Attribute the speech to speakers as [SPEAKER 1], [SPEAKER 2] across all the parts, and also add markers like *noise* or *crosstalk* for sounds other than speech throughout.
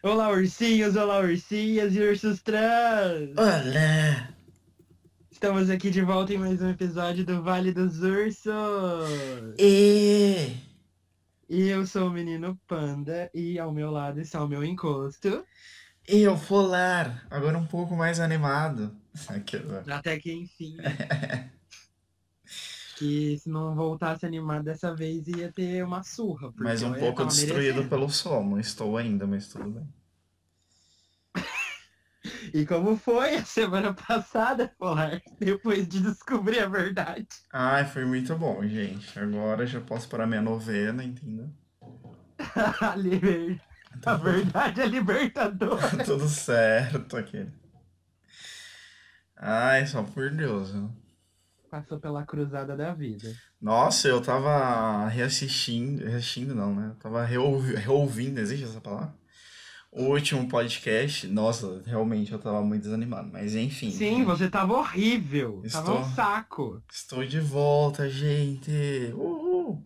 [SPEAKER 1] Olá, ursinhos, olá, ursinhas e ursos trans!
[SPEAKER 2] Olá!
[SPEAKER 1] Estamos aqui de volta em mais um episódio do Vale dos Ursos!
[SPEAKER 2] E...
[SPEAKER 1] E eu sou o menino Panda e ao meu lado está o meu encosto.
[SPEAKER 2] e eu vou lar, agora um pouco mais animado. *laughs* Aquela.
[SPEAKER 1] Até que
[SPEAKER 2] *laughs*
[SPEAKER 1] enfim. né? que se não voltasse animado dessa vez ia ter uma surra. porque
[SPEAKER 2] Mas um
[SPEAKER 1] eu
[SPEAKER 2] pouco
[SPEAKER 1] tava
[SPEAKER 2] destruído
[SPEAKER 1] merecendo.
[SPEAKER 2] pelo sol, não estou ainda, mas tudo bem.
[SPEAKER 1] E como foi a semana passada, Polar? Depois de descobrir a verdade. *laughs*
[SPEAKER 2] Ai, foi muito bom, gente. Agora já posso parar minha novena, entendeu? Tá
[SPEAKER 1] a, liber...
[SPEAKER 2] *laughs*
[SPEAKER 1] a verdade é libertadora.
[SPEAKER 2] tudo certo aqui. Ai, só por Deus, viu?
[SPEAKER 1] Passou pela cruzada da vida.
[SPEAKER 2] Nossa, eu tava reassistindo, reassistindo não, né? Eu tava reouvi- reouvindo, existe essa palavra? O último podcast, nossa, realmente eu tava muito desanimado, mas enfim.
[SPEAKER 1] Sim, você tava horrível. Tava um
[SPEAKER 2] Estou.
[SPEAKER 1] saco.
[SPEAKER 2] Estou de volta, gente! Uhul!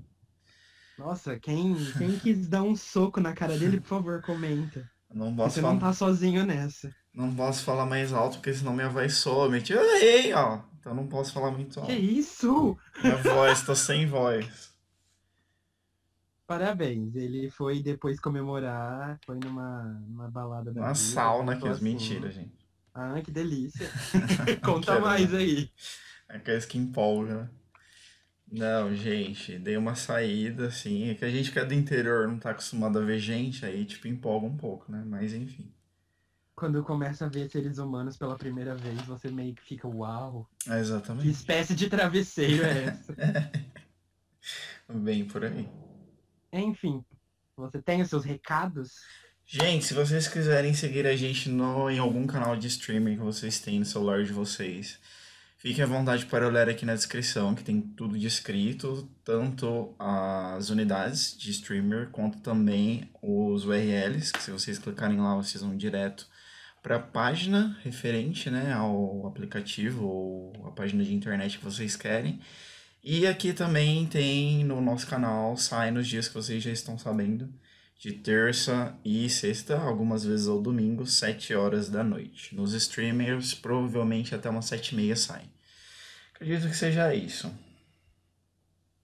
[SPEAKER 1] Nossa, quem,
[SPEAKER 2] *laughs*
[SPEAKER 1] quem quis dar um soco na cara dele, por favor, comenta.
[SPEAKER 2] Não posso,
[SPEAKER 1] você
[SPEAKER 2] falar,
[SPEAKER 1] não tá sozinho nessa.
[SPEAKER 2] não posso falar mais alto, porque senão minha voz some. Tipo, Ei, ó! Então não posso falar muito
[SPEAKER 1] Que
[SPEAKER 2] alto.
[SPEAKER 1] isso?
[SPEAKER 2] Minha voz, tô sem voz.
[SPEAKER 1] Parabéns. Ele foi depois comemorar. Foi numa, numa balada da
[SPEAKER 2] Uma
[SPEAKER 1] vida,
[SPEAKER 2] sauna aqui,
[SPEAKER 1] ficou
[SPEAKER 2] as
[SPEAKER 1] assim.
[SPEAKER 2] mentira, gente.
[SPEAKER 1] Ah, que
[SPEAKER 2] *laughs*
[SPEAKER 1] delícia. *laughs* Conta
[SPEAKER 2] Quero,
[SPEAKER 1] mais
[SPEAKER 2] né?
[SPEAKER 1] aí.
[SPEAKER 2] Aqueles que empolga, né? Não, gente, dei uma saída, assim. É que a gente que é do interior não tá acostumado a ver gente, aí, tipo, empolga um pouco, né? Mas enfim.
[SPEAKER 1] Quando começa a ver seres humanos pela primeira vez, você meio que fica, uau,
[SPEAKER 2] É
[SPEAKER 1] que
[SPEAKER 2] exatamente.
[SPEAKER 1] espécie de travesseiro é essa?
[SPEAKER 2] Bem por aí.
[SPEAKER 1] Enfim, você tem os seus recados?
[SPEAKER 2] Gente, se vocês quiserem seguir a gente no, em algum canal de streaming que vocês têm no celular de vocês, fiquem à vontade para olhar aqui na descrição, que tem tudo descrito, tanto as unidades de streamer, quanto também os URLs, que se vocês clicarem lá, vocês vão direto para a página referente né, ao aplicativo ou a página de internet que vocês querem. E aqui também tem no nosso canal, sai nos dias que vocês já estão sabendo de terça e sexta, algumas vezes ao domingo, 7 horas da noite. Nos streamers, provavelmente até umas 7 e meia sai. Acredito que seja isso.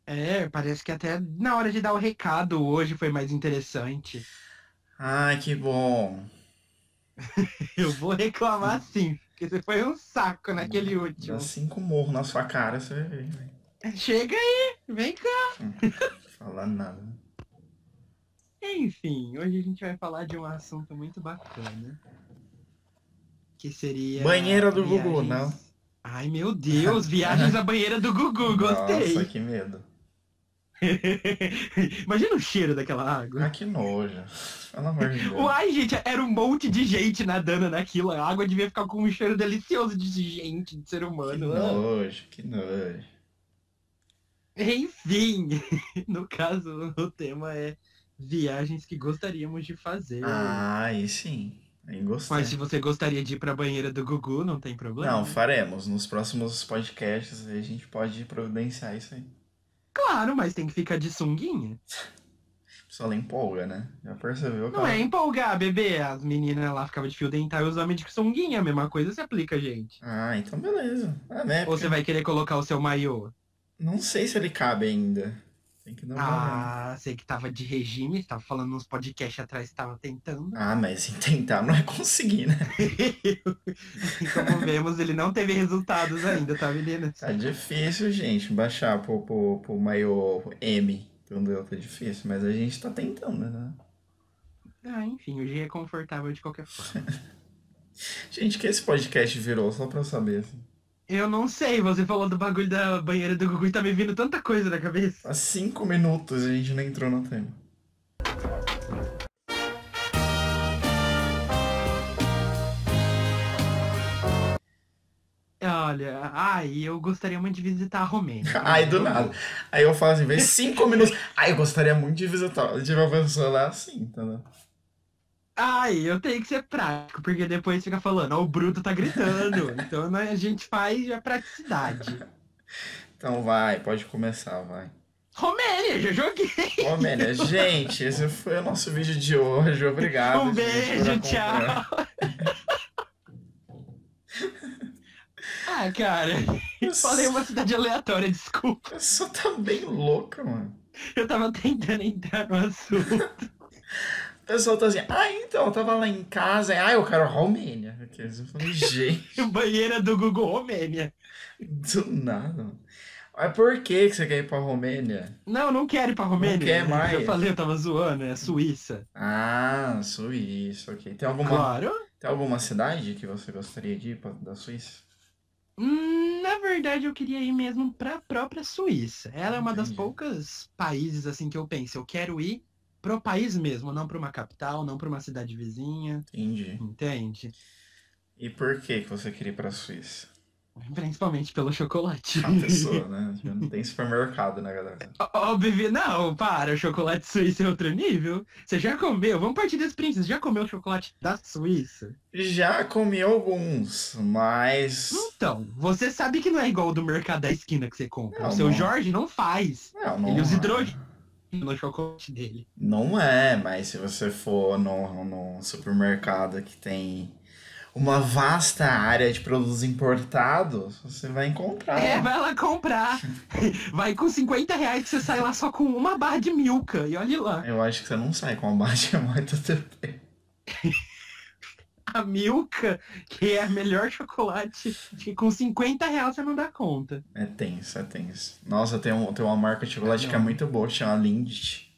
[SPEAKER 1] É, parece que até na hora de dar o recado hoje foi mais
[SPEAKER 2] *laughs*
[SPEAKER 1] interessante.
[SPEAKER 2] Ai, que bom.
[SPEAKER 1] Eu vou reclamar sim, porque você foi um saco naquele último.
[SPEAKER 2] Assim com morro na sua cara, você vai ver. né?
[SPEAKER 1] Chega aí, vem cá.
[SPEAKER 2] Falar nada.
[SPEAKER 1] Enfim, hoje a gente vai falar de um assunto muito bacana. Que seria.
[SPEAKER 2] Banheira do Gugu,
[SPEAKER 1] viagens-
[SPEAKER 2] não.
[SPEAKER 1] Ai meu Deus, viagens à banheira do
[SPEAKER 2] *laughs*
[SPEAKER 1] Gugu, gostei.
[SPEAKER 2] Nossa, que medo.
[SPEAKER 1] Imagina o cheiro daquela água.
[SPEAKER 2] Ah, que nojo. Pelo amor de
[SPEAKER 1] *laughs*
[SPEAKER 2] Deus.
[SPEAKER 1] Uai, gente, era um monte de gente nadando naquilo. A água devia ficar com um cheiro delicioso de gente, de ser
[SPEAKER 2] Que
[SPEAKER 1] humano. Ah.
[SPEAKER 2] nojo, que nojo.
[SPEAKER 1] Enfim, *laughs* no caso, o tema é viagens que gostaríamos de fazer.
[SPEAKER 2] Ah, aí sim. Aí gostei.
[SPEAKER 1] Mas se você gostaria de ir pra banheira do Gugu, não tem problema.
[SPEAKER 2] Não, faremos. Nos próximos podcasts a gente pode providenciar isso aí.
[SPEAKER 1] Claro, mas tem que ficar de sunguinha.
[SPEAKER 2] Só ela empolga, né? Já percebeu que
[SPEAKER 1] Não é empolgar, bebê. As meninas lá ficavam de fio dental e os homens de sunguinha. A mesma coisa se aplica, gente.
[SPEAKER 2] Ah, então beleza. Ah, né?
[SPEAKER 1] Ou você vai querer colocar o seu maiô?
[SPEAKER 2] Não sei se ele cabe ainda. Tem que dar uma olhada.
[SPEAKER 1] Ah, sei que tava de regime, tava falando nos podcasts atrás, tava
[SPEAKER 2] *laughs*
[SPEAKER 1] tentando.
[SPEAKER 2] Ah, mas em tentar não é conseguir, né?
[SPEAKER 1] E como vemos, ele não teve resultados ainda, tá, menina?
[SPEAKER 2] Tá difícil, gente, baixar pro, pro, pro maior M. Entendeu? Tá difícil, mas a gente tá tentando, né?
[SPEAKER 1] Ah, enfim, o dia é confortável de qualquer
[SPEAKER 2] *laughs*
[SPEAKER 1] forma.
[SPEAKER 2] Gente, o que esse podcast virou, só pra eu saber. Assim,
[SPEAKER 1] Eu não sei, você falou do bagulho da banheira do Gugu e tá me vindo tanta coisa na cabeça.
[SPEAKER 2] há cinco minutos a gente não entrou no tema. *laughs*
[SPEAKER 1] Olha, ai, eu gostaria muito de visitar a Romênia.
[SPEAKER 2] *laughs* Ai, do nada. Aí eu falo assim, vem cinco minutos. Ai, eu gostaria muito de visitar. A gente vai pensar lá assim, entendeu?
[SPEAKER 1] Ai, eu tenho que ser prático, porque depois fica falando, ó, o Bruto tá gritando.
[SPEAKER 2] *laughs*
[SPEAKER 1] Então né, a gente faz a praticidade.
[SPEAKER 2] Então vai, pode começar, vai.
[SPEAKER 1] Romênia, já joguei.
[SPEAKER 2] Romênia, gente, esse foi o nosso vídeo de hoje. Obrigado.
[SPEAKER 1] Um
[SPEAKER 2] gente, por
[SPEAKER 1] beijo,
[SPEAKER 2] acompanhar.
[SPEAKER 1] tchau.
[SPEAKER 2] *laughs*
[SPEAKER 1] ah, cara, *laughs* falei uma cidade aleatória, desculpa.
[SPEAKER 2] Você tá bem louca, mano.
[SPEAKER 1] Eu tava tentando entrar no assunto.
[SPEAKER 2] O pessoal tá assim, ah, então, eu tava lá em casa, e, ah, eu quero Romênia. Aqueles, Eu falei, gente,
[SPEAKER 1] *laughs* Banheira do Google Romênia.
[SPEAKER 2] do nada. mano. Mas por que que você quer ir pra Romênia?
[SPEAKER 1] Não, não quero ir pra Romênia.
[SPEAKER 2] quer mais.
[SPEAKER 1] Eu falei, eu tava zoando, é Suíça.
[SPEAKER 2] Ah, Suíça, ok. Tem alguma,
[SPEAKER 1] Claro.
[SPEAKER 2] tem alguma cidade que você gostaria de ir pra, da Suíça?
[SPEAKER 1] Hum, Na verdade, eu queria ir mesmo pra própria Suíça. Ela é uma das
[SPEAKER 2] Entendi.
[SPEAKER 1] poucas países assim que eu penso, eu quero ir pro país mesmo, não pra uma capital, não pra uma cidade vizinha,
[SPEAKER 2] Entendi.
[SPEAKER 1] entende? *laughs*
[SPEAKER 2] E por que que você queria ir pra Suíça?
[SPEAKER 1] Principalmente pelo chocolate.
[SPEAKER 2] A pessoa, né? Já não tem supermercado, né, galera?
[SPEAKER 1] Óbvio, não, para, o chocolate suíço é outro nível. Você já comeu? Vamos partir desse princípio. Você já comeu chocolate da Suíça?
[SPEAKER 2] Já comi alguns, mas.
[SPEAKER 1] Então, você sabe que não é igual o do mercado da esquina que você compra.
[SPEAKER 2] Não,
[SPEAKER 1] o seu
[SPEAKER 2] não.
[SPEAKER 1] Jorge não faz.
[SPEAKER 2] Não, não
[SPEAKER 1] Ele usa
[SPEAKER 2] é.
[SPEAKER 1] hidrogênio no chocolate dele.
[SPEAKER 2] Não é, mas se você for num, num supermercado que tem uma vasta área de produtos importados, você vai encontrar.
[SPEAKER 1] É, vai lá comprar. *laughs* Vai com 50 reais que você sai lá só com uma barra de milka. E olha lá.
[SPEAKER 2] Eu acho que você não sai com a *laughs* baixa muito tempo.
[SPEAKER 1] A milka, que é a melhor chocolate, que com 50 reais você não dá conta.
[SPEAKER 2] É tenso, é tenso. Nossa, tem, um, tem uma marca de chocolate que é
[SPEAKER 1] Não.
[SPEAKER 2] muito boa, chama Lindt.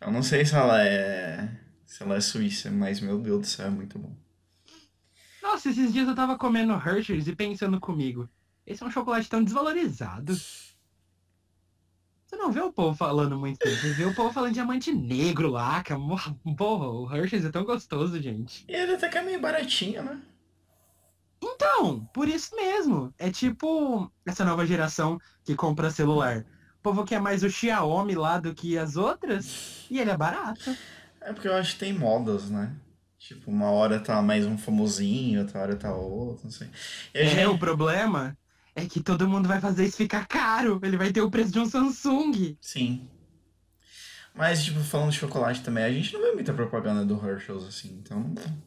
[SPEAKER 2] Eu não sei se ela é. se ela é suíça, mas meu Deus do céu, é muito bom.
[SPEAKER 1] Nossa, esses dias eu tava comendo Hershey's e pensando comigo. Esse é um chocolate tão desvalorizado. Você não vê o povo falando muito isso. Você vê o povo falando diamante negro lá. Que é mó- Porra, o Hershey's é tão gostoso, gente.
[SPEAKER 2] E ele até que é meio baratinho, né?
[SPEAKER 1] Então, por isso mesmo. É tipo essa nova geração que compra celular. O povo quer mais o Xiaomi lá do que as outras. E ele é barato.
[SPEAKER 2] É porque eu acho que tem modas, né? Tipo, uma hora tá mais um famosinho, outra hora tá outro, não sei. Eu
[SPEAKER 1] É,
[SPEAKER 2] já...
[SPEAKER 1] o problema é que todo mundo vai fazer isso ficar caro. Ele vai ter o preço de um Samsung.
[SPEAKER 2] Sim. Mas, tipo, falando de chocolate também, a gente não vê muita propaganda do Herschel's, assim, então... não- O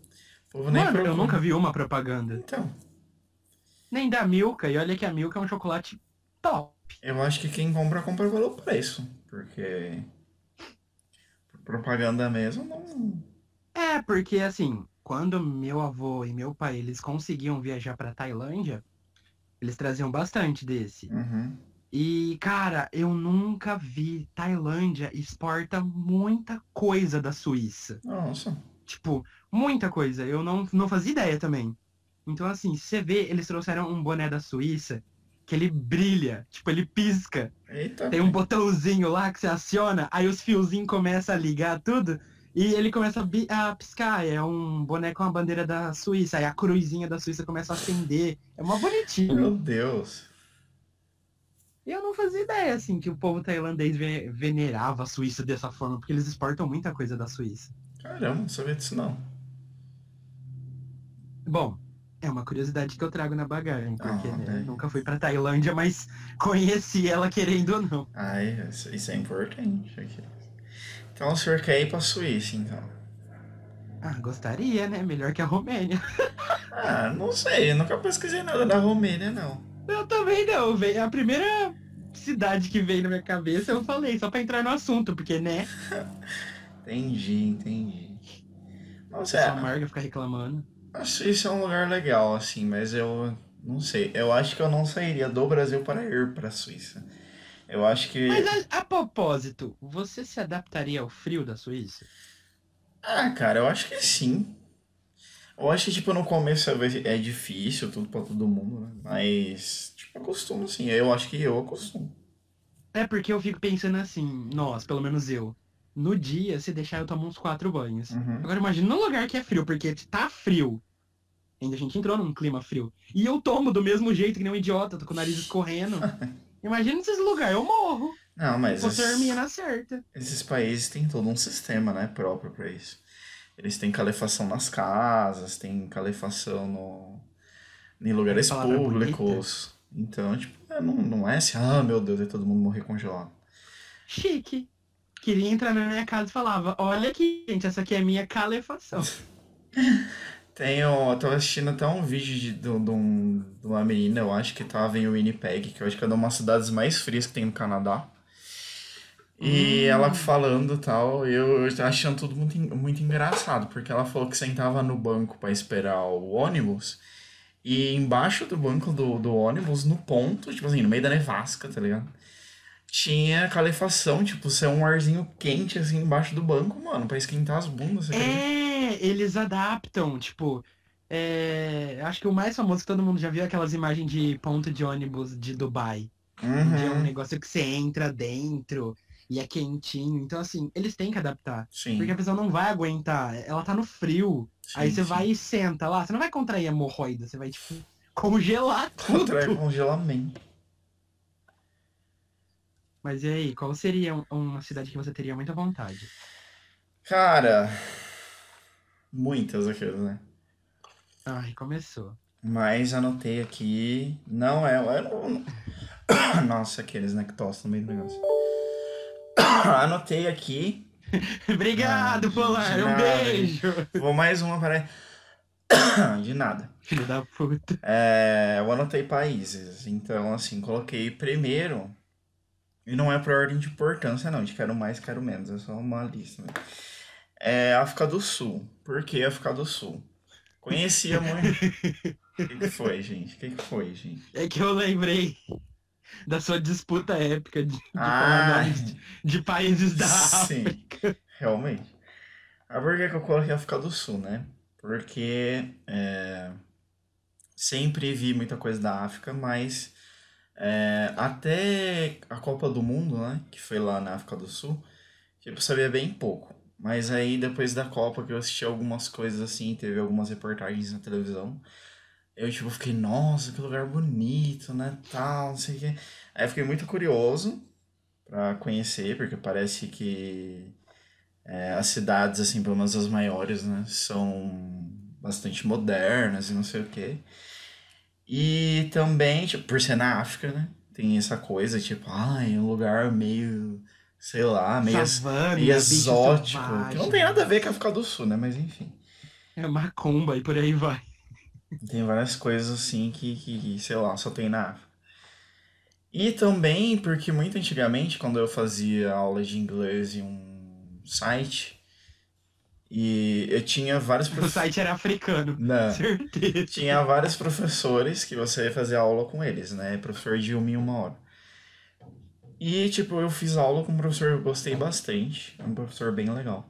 [SPEAKER 2] povo nem
[SPEAKER 1] Mano, eu
[SPEAKER 2] procura.
[SPEAKER 1] nunca vi uma propaganda.
[SPEAKER 2] Então,
[SPEAKER 1] Nem da Milka. E olha que a Milka é um chocolate top.
[SPEAKER 2] eu acho que quem compra, compra pelo preço, porque... Propaganda mesmo, não...
[SPEAKER 1] É, porque assim, quando meu avô e meu pai eles conseguiam viajar pra Tailândia, eles traziam bastante desse.
[SPEAKER 2] Uhum.
[SPEAKER 1] E, cara, eu nunca vi. Tailândia exporta muita coisa da Suíça.
[SPEAKER 2] Nossa.
[SPEAKER 1] Tipo, muita coisa. Eu não, não fazia ideia também. Então, assim, você vê, eles trouxeram um boné da Suíça que ele brilha. Tipo, ele pisca.
[SPEAKER 2] Eita.
[SPEAKER 1] Tem um botãozinho lá que você aciona, aí os fiozinhos começam a ligar tudo. E ele começa a, bi- a piscar. É um boné com a bandeira da Suíça. Aí a cruzinha da Suíça começa a acender. É mó bonitinho.
[SPEAKER 2] Meu Deus.
[SPEAKER 1] E eu não fazia ideia, assim, que o povo tailandês ve- venerava a Suíça dessa forma, porque eles exportam muita coisa da Suíça.
[SPEAKER 2] Caramba, não sabia disso não.
[SPEAKER 1] Bom, é uma curiosidade que eu trago na bagagem, porque
[SPEAKER 2] Ah,
[SPEAKER 1] né,
[SPEAKER 2] bem.
[SPEAKER 1] nunca fui pra Tailândia, mas conheci ela querendo ou não.
[SPEAKER 2] Ai, isso isso é importante aqui. Então o senhor quer ir pra Suíça, então?
[SPEAKER 1] Ah, gostaria, né? Melhor que a Romênia.
[SPEAKER 2] Ah, não sei, eu nunca pesquisei nada da Romênia, não.
[SPEAKER 1] Eu também não, velho. A primeira cidade que veio na minha cabeça eu falei, só pra entrar no assunto, porque, né?
[SPEAKER 2] Entendi, entendi.
[SPEAKER 1] Só
[SPEAKER 2] Nossa, é,
[SPEAKER 1] amarga ficar reclamando.
[SPEAKER 2] a Suíça é um lugar legal, assim, mas eu não sei. Eu acho que eu não sairia do Brasil para ir pra Suíça. Eu acho que.
[SPEAKER 1] Mas a, a propósito, você se adaptaria ao frio da Suíça?
[SPEAKER 2] Ah, cara, eu acho que sim. Eu acho que, tipo, no começo é vai- é difícil, tudo pra todo mundo, né? Mas, tipo, acostumo, sim. Eu acho que eu acostumo.
[SPEAKER 1] É porque eu fico pensando assim, nós, pelo menos eu. No dia, se deixar, eu tomo uns quatro banhos.
[SPEAKER 2] Uhum.
[SPEAKER 1] Agora imagina num lugar que é frio, porque tá frio. Ainda a gente entrou num clima frio. E eu tomo do mesmo jeito que nem um idiota, tô com o nariz escorrendo. Imagina esses lugares, eu morro.
[SPEAKER 2] Não, mas.
[SPEAKER 1] Você
[SPEAKER 2] esse-
[SPEAKER 1] termina na certa.
[SPEAKER 2] Esses países têm todo um sistema, né, próprio para isso. Eles têm calefação nas casas, têm calefação no, em lugares
[SPEAKER 1] Palavra
[SPEAKER 2] públicos. Então, tipo, é, não, não é assim, ah, meu Deus, é todo mundo morrer congelado.
[SPEAKER 1] chique. Queria entrar na minha casa e falava, olha aqui, gente, essa aqui é minha
[SPEAKER 2] *laughs*
[SPEAKER 1] calefação.
[SPEAKER 2] Tem, ó, eu tava assistindo até um vídeo de, de, um- de, um- de uma menina, eu acho que tava em Winnipeg, que eu acho que é uma das cidades mais frias que tem no Canadá.
[SPEAKER 1] Hum.
[SPEAKER 2] E ela falando tal, eu, eu tava achando tudo muito, en- muito engraçado, porque ela falou que sentava no banco pra esperar o ônibus, e embaixo do banco do, do ônibus, no ponto, tipo assim, no meio da nevasca, tá ligado? Tinha calefação, tipo, ser um arzinho quente assim embaixo do banco, mano, pra esquentar as bundas, você acredita?
[SPEAKER 1] É, eles adaptam, tipo. é, acho que o mais famoso que todo mundo já viu é aquelas imagens de ponto de ônibus de Dubai. Onde é um
[SPEAKER 2] Uhum,
[SPEAKER 1] negócio que você entra dentro e é quentinho. Então, assim, eles têm que adaptar.
[SPEAKER 2] sim.
[SPEAKER 1] Porque a pessoa não vai aguentar. Ela tá no frio. aí
[SPEAKER 2] Sim,
[SPEAKER 1] você
[SPEAKER 2] sim. *laughs*
[SPEAKER 1] vai e senta lá. Você não vai contrair hemorroida, você vai, tipo, congelar tudo.
[SPEAKER 2] Contrai congelamento.
[SPEAKER 1] Mas e aí, qual seria um- uma cidade que você teria muita vontade?
[SPEAKER 2] Cara, muitas aquelas, né?
[SPEAKER 1] Ai, começou.
[SPEAKER 2] Mas anotei aqui. Não *coughs* é. eu não- Nossa, aqueles, né? Que tossem no meio do negócio. *coughs* Anotei aqui.
[SPEAKER 1] *laughs* Obrigado,
[SPEAKER 2] Ah,
[SPEAKER 1] Polar.
[SPEAKER 2] de
[SPEAKER 1] Um
[SPEAKER 2] nada,
[SPEAKER 1] beijo.
[SPEAKER 2] Vou mais uma para. *coughs* De nada.
[SPEAKER 1] Filho da puta.
[SPEAKER 2] É, eu anotei países. Então, assim, coloquei primeiro. E não é por ordem de importância, não, de quero mais, quero menos. É só uma lista. né? É África do Sul. Por que África do Sul?
[SPEAKER 1] *laughs*
[SPEAKER 2] Conhecia muito. O que, que foi, gente? O que, que foi, gente?
[SPEAKER 1] É que eu lembrei da sua disputa épica de, de falar
[SPEAKER 2] Ah,
[SPEAKER 1] nomes de, de países da
[SPEAKER 2] sim.
[SPEAKER 1] África.
[SPEAKER 2] realmente. A por que que eu coloquei África do Sul, né? Porque é, sempre vi muita coisa da África, mas é, até a Copa do Mundo, né? Que foi lá na África do Sul, tipo, eu sabia bem pouco. Mas aí depois da Copa, que eu assisti algumas coisas assim, teve algumas reportagens na televisão. Eu, tipo, fiquei, nossa, que lugar bonito, né? Tal, não sei o quê. Aí eu fiquei muito curioso pra conhecer, porque parece que é, as cidades, assim, pelo menos as maiores, né, são bastante modernas e não sei o quê. E também, tipo, por ser na África, né, tem essa coisa, tipo, ai, um lugar meio, sei lá, Ah, meio, ex-
[SPEAKER 1] Savana,
[SPEAKER 2] meio é exótico. Que não tem nada a ver com a África do Sul, né, mas enfim.
[SPEAKER 1] É macumba e por aí vai.
[SPEAKER 2] Tem várias coisas assim que, que, que, sei lá, só tem na África. E também porque muito antigamente, quando eu fazia aula de inglês em um site, e eu tinha vários
[SPEAKER 1] O
[SPEAKER 2] professores.
[SPEAKER 1] Um site era africano.
[SPEAKER 2] Não.
[SPEAKER 1] Certeza.
[SPEAKER 2] Tinha vários professores que você fazia aula com eles, né? Professor de uma em uma hora. E, tipo, eu fiz aula com um professor que eu gostei bastante. Um professor bem legal.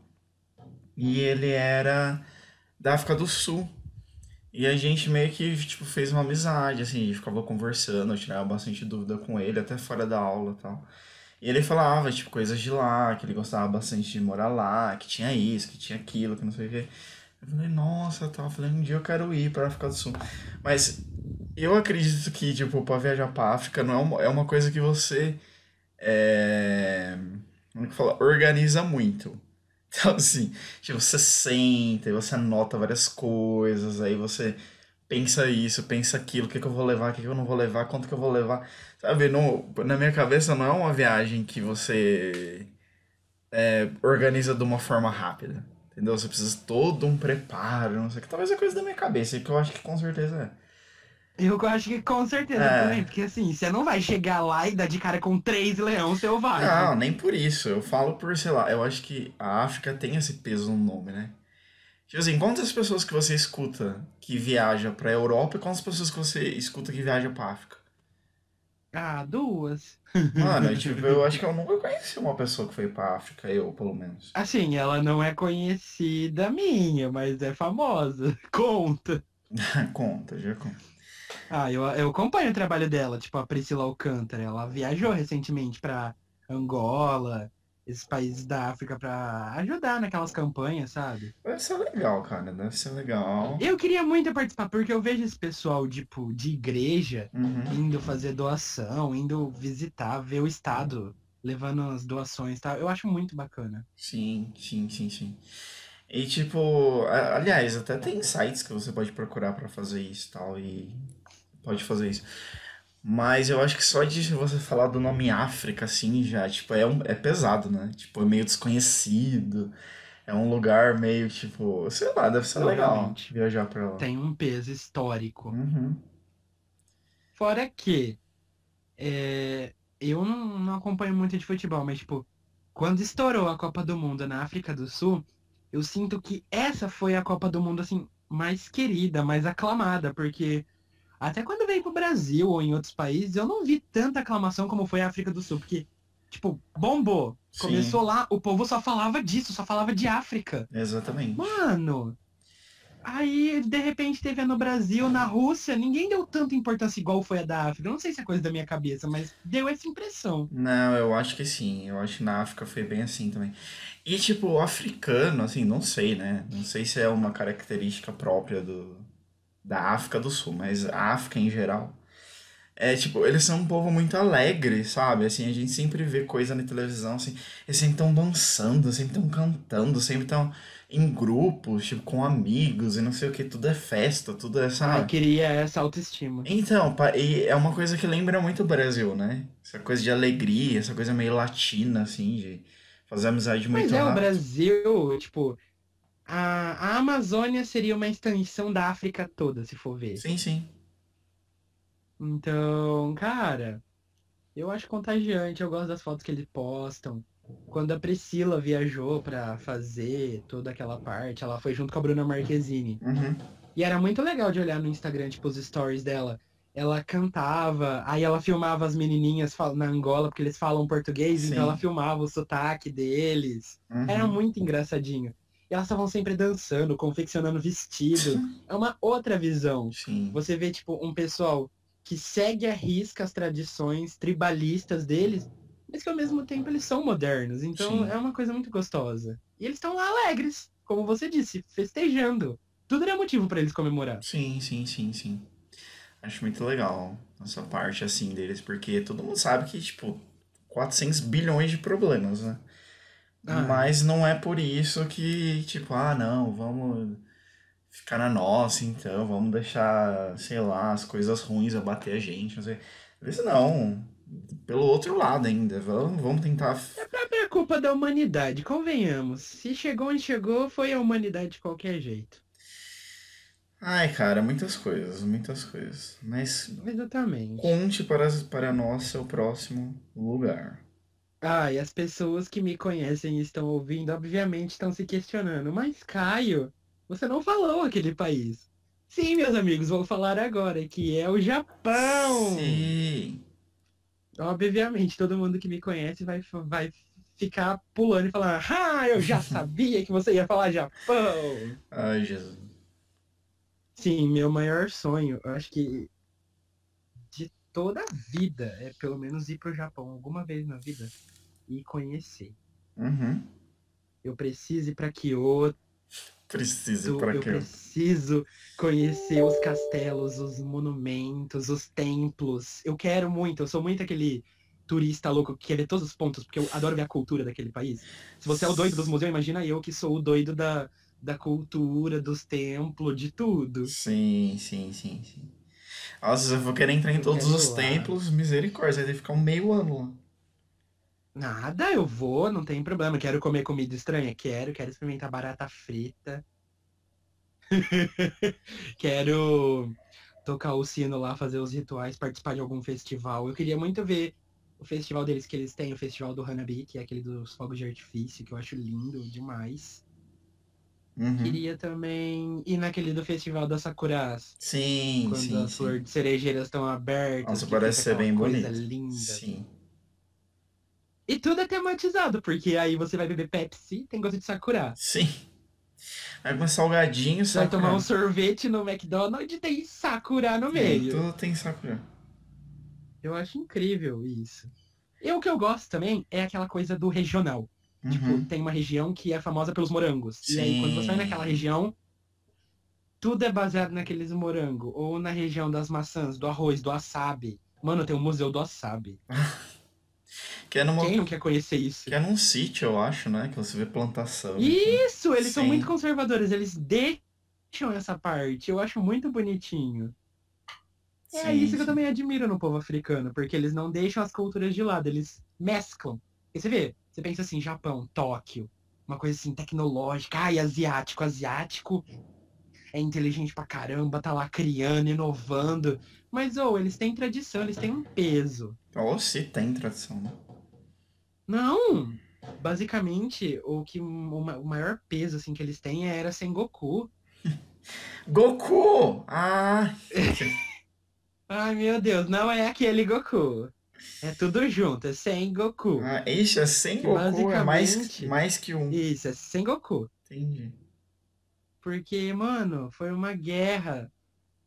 [SPEAKER 2] E ele era da África do Sul. E a gente meio que, tipo, fez uma amizade, assim, a gente ficava conversando, eu tirava bastante dúvida com ele, até fora da aula e tal. E ele falava, tipo, coisas de lá, que ele gostava bastante de morar lá, que tinha isso, que tinha aquilo, que não sei o quê. Eu falei, nossa, tal, eu falei, um dia eu quero ir pra África do Sul. Mas eu acredito que, tipo, pra viajar pra África não é uma, é uma coisa que você. É... Como é que fala? Organiza muito. *laughs* Então, assim, tipo, você senta, e você anota várias coisas, aí você pensa isso, pensa aquilo, o que, que eu vou levar, o que, que eu não vou levar, quanto que eu vou levar. Sabe, não, na minha cabeça não é uma viagem que você é, organiza de uma forma rápida. Entendeu? Você precisa de todo um preparo, não sei o que. Talvez é coisa da minha cabeça, que eu acho que com certeza é.
[SPEAKER 1] Eu acho que com certeza
[SPEAKER 2] É.
[SPEAKER 1] também, porque assim, você não vai chegar lá e dar de cara com três leões selvagens.
[SPEAKER 2] Não, nem por isso. Eu falo por, sei lá, eu acho que a África tem esse peso no nome, né? Tipo assim, quantas pessoas que você escuta que viaja pra Europa e quantas pessoas que você escuta que viaja pra África?
[SPEAKER 1] Ah, duas.
[SPEAKER 2] Mano, tipo, eu acho que eu nunca conheci uma pessoa que foi pra África, eu, pelo menos. *laughs*
[SPEAKER 1] Assim, ela não é conhecida minha, mas é famosa. *laughs* Conta.
[SPEAKER 2] conta, já conta.
[SPEAKER 1] Ah, eu, eu acompanho o trabalho dela, tipo a Priscila Alcântara. Ela viajou recentemente pra Angola, esses países da África, pra ajudar naquelas campanhas, sabe?
[SPEAKER 2] Deve ser legal, cara, deve ser legal.
[SPEAKER 1] Eu queria muito participar, porque eu vejo esse pessoal, tipo, de igreja.
[SPEAKER 2] Uhum.
[SPEAKER 1] indo fazer doação, indo visitar, ver o estado, levando as doações, tá? Eu acho muito bacana.
[SPEAKER 2] Sim, sim, sim, sim. E tipo, a- aliás, até tem sites que você pode procurar pra fazer isso e tal, e pode fazer isso. Mas eu acho que só de você falar do nome África, assim, já, tipo, é, um, é pesado, né? Tipo, é meio desconhecido. É um lugar meio, tipo, sei lá, deve ser legal
[SPEAKER 1] Realmente.
[SPEAKER 2] viajar pra lá.
[SPEAKER 1] Tem um peso histórico.
[SPEAKER 2] Uhum.
[SPEAKER 1] Fora que é, eu não, não acompanho muito de futebol, mas tipo, quando estourou a Copa do Mundo na África do Sul, eu sinto que essa foi a Copa do Mundo assim mais querida, mais aclamada, porque até quando veio pro Brasil ou em outros países, eu não vi tanta aclamação como foi a África do Sul, porque tipo, bombou.
[SPEAKER 2] Sim.
[SPEAKER 1] Começou lá, o povo só falava disso, só falava de África.
[SPEAKER 2] Exatamente.
[SPEAKER 1] Mano, aí de repente teve a no Brasil, na Rússia, ninguém deu tanta importância igual foi a da África. Eu Não sei se é coisa da minha cabeça, mas deu essa impressão.
[SPEAKER 2] Não, eu acho que sim. Eu acho que na África foi bem assim também. E, tipo, o africano, assim, não sei, né? Não sei se é uma característica própria do, da África do Sul, mas a África em geral. É, tipo, eles são um povo muito alegre, sabe? Assim, a gente sempre vê coisa na televisão, assim, eles sempre estão dançando, sempre estão cantando, sempre estão em grupos, tipo, com amigos e não sei o que, tudo é festa, tudo é,
[SPEAKER 1] Ai,
[SPEAKER 2] sabe?
[SPEAKER 1] queria essa autoestima.
[SPEAKER 2] Então, pa- e é uma coisa que lembra muito o Brasil, né? Essa coisa de alegria, essa coisa meio latina, assim, de fazer amizade
[SPEAKER 1] Mas
[SPEAKER 2] muito
[SPEAKER 1] é, o
[SPEAKER 2] rápido.
[SPEAKER 1] Brasil, tipo, a, a Amazônia seria uma extensão da África toda, se for ver.
[SPEAKER 2] Sim, sim.
[SPEAKER 1] Então, cara, eu acho contagiante, eu gosto das fotos que eles postam. Quando a Priscila viajou pra fazer toda aquela parte, ela foi junto com a Bruna Marquezine.
[SPEAKER 2] Uhum.
[SPEAKER 1] E era muito legal de olhar no Instagram, tipo, os stories dela. Ela cantava, aí ela filmava as menininhas fal- na Angola, porque eles falam português,
[SPEAKER 2] Sim.
[SPEAKER 1] então ela filmava o sotaque deles.
[SPEAKER 2] uhum.
[SPEAKER 1] Era um muito engraçadinho. E elas estavam sempre dançando, confeccionando vestido. É uma outra visão.
[SPEAKER 2] Sim.
[SPEAKER 1] Você vê, tipo, um pessoal que segue à risca as tradições tribalistas deles, mas que ao mesmo tempo eles são modernos. Então
[SPEAKER 2] Sim.
[SPEAKER 1] é uma coisa muito gostosa. E eles estão lá alegres, como você disse, festejando. Tudo era motivo pra eles comemorar.
[SPEAKER 2] Sim, sim, sim, sim. Acho muito legal essa parte, assim, deles, porque todo mundo sabe que, tipo, 400 bilhões de problemas, né?
[SPEAKER 1] Ah.
[SPEAKER 2] Mas não é por isso que, tipo, ah, não, vamos ficar na nossa, então, vamos deixar, sei lá, as coisas ruins abater a gente, não sei. Às vezes não, pelo outro lado ainda, vamos, vamos tentar.
[SPEAKER 1] É a culpa da humanidade, convenhamos. Se chegou onde chegou, foi a humanidade de qualquer jeito.
[SPEAKER 2] Ai, cara, muitas coisas, muitas coisas. Mas
[SPEAKER 1] Exatamente.
[SPEAKER 2] conte para, para nós seu próximo lugar.
[SPEAKER 1] Ah, e as pessoas que me conhecem e estão ouvindo, obviamente, estão se questionando. Mas, Caio, você não falou aquele país. Sim, meus amigos, vou falar agora, que é o Japão.
[SPEAKER 2] Sim.
[SPEAKER 1] Obviamente, todo mundo que me conhece vai, vai ficar pulando e falando, ah, eu já sabia que você ia falar Japão.
[SPEAKER 2] Ai, Jesus.
[SPEAKER 1] Sim, meu maior sonho, eu acho que de toda a vida, é pelo menos ir pro Japão alguma vez na vida e conhecer.
[SPEAKER 2] Uhum.
[SPEAKER 1] Eu preciso ir pra Kyoto,
[SPEAKER 2] Preciso para
[SPEAKER 1] eu
[SPEAKER 2] que eu.
[SPEAKER 1] preciso conhecer os castelos, os monumentos, os templos. Eu quero muito, eu sou muito aquele turista louco que quer ver todos os pontos, porque eu adoro ver a cultura daquele país. Se você é o doido dos museus, imagina eu que sou o doido da, da cultura, dos templos, de tudo.
[SPEAKER 2] Sim, sim, sim, sim. Nossa, se eu vou querer entrar em
[SPEAKER 1] Eu
[SPEAKER 2] todos
[SPEAKER 1] quero
[SPEAKER 2] os
[SPEAKER 1] ir lá.
[SPEAKER 2] templos, misericórdia, vai ter que ficar um meio ano lá.
[SPEAKER 1] Nada, eu vou, não tem problema. Quero comer comida estranha? Quero, quero experimentar barata frita. *laughs* quero tocar o sino lá, fazer os rituais, participar de algum festival. Eu queria muito ver o festival deles que eles têm, o festival do Hanabi, que é aquele dos fogos de artifício, que eu acho lindo demais.
[SPEAKER 2] Uhum.
[SPEAKER 1] Queria também ir naquele do festival das Sakuras.
[SPEAKER 2] Sim,
[SPEAKER 1] Quando
[SPEAKER 2] sim,
[SPEAKER 1] as
[SPEAKER 2] sim.
[SPEAKER 1] flores de cerejeiras estão abertas.
[SPEAKER 2] Nossa,
[SPEAKER 1] que fica
[SPEAKER 2] parece ser
[SPEAKER 1] aquela
[SPEAKER 2] bem
[SPEAKER 1] coisa
[SPEAKER 2] bonito.
[SPEAKER 1] linda.
[SPEAKER 2] Sim.
[SPEAKER 1] E tudo é tematizado, porque aí você vai beber Pepsi, tem gosto de Sakura.
[SPEAKER 2] Sim. Vai com salgadinho,
[SPEAKER 1] Você vai
[SPEAKER 2] sakura.
[SPEAKER 1] tomar um sorvete no McDonald's e tem Sakura no
[SPEAKER 2] Sim,
[SPEAKER 1] meio.
[SPEAKER 2] tudo tem sakura.
[SPEAKER 1] Eu acho incrível isso. E o que eu gosto também é aquela coisa do regional.
[SPEAKER 2] Uhum.
[SPEAKER 1] Tipo, tem uma região que é famosa pelos morangos. E aí, quando você vai
[SPEAKER 2] Sim.
[SPEAKER 1] naquela região, tudo é baseado naqueles morangos. Ou na região das maçãs, do arroz, do wasabi. Mano, tem um museu do wasabi.
[SPEAKER 2] Que é numa.
[SPEAKER 1] Quem não quer conhecer isso?
[SPEAKER 2] Que é num sítio, eu acho, né? Que você vê plantação.
[SPEAKER 1] Isso, eles são
[SPEAKER 2] Sim.
[SPEAKER 1] muito conservadores, eles deixam essa parte. Eu acho muito bonitinho. É
[SPEAKER 2] Sim,
[SPEAKER 1] isso que eu
[SPEAKER 2] sim.
[SPEAKER 1] também admiro no povo africano, porque eles não deixam as culturas de lado, eles mesclam. E você vê, você pensa assim, Japão, Tóquio, uma coisa assim, tecnológica, ai, asiático, asiático é inteligente pra caramba, tá lá criando, inovando. Mas, ou, eles têm tradição, eles têm um peso.
[SPEAKER 2] Ou se tem tradição, né?
[SPEAKER 1] Não! Basicamente, o que o ma- o maior peso assim, que eles têm era Sengoku.
[SPEAKER 2] Goku! Ah!
[SPEAKER 1] Ai, meu Deus, não é aquele Goku. É tudo junto, é Sengoku.
[SPEAKER 2] ah ixi, é sem
[SPEAKER 1] Que
[SPEAKER 2] Goku é mais,
[SPEAKER 1] basicamente-
[SPEAKER 2] mais que um.
[SPEAKER 1] Isso, é Sengoku.
[SPEAKER 2] Entendi.
[SPEAKER 1] Porque, mano, foi uma guerra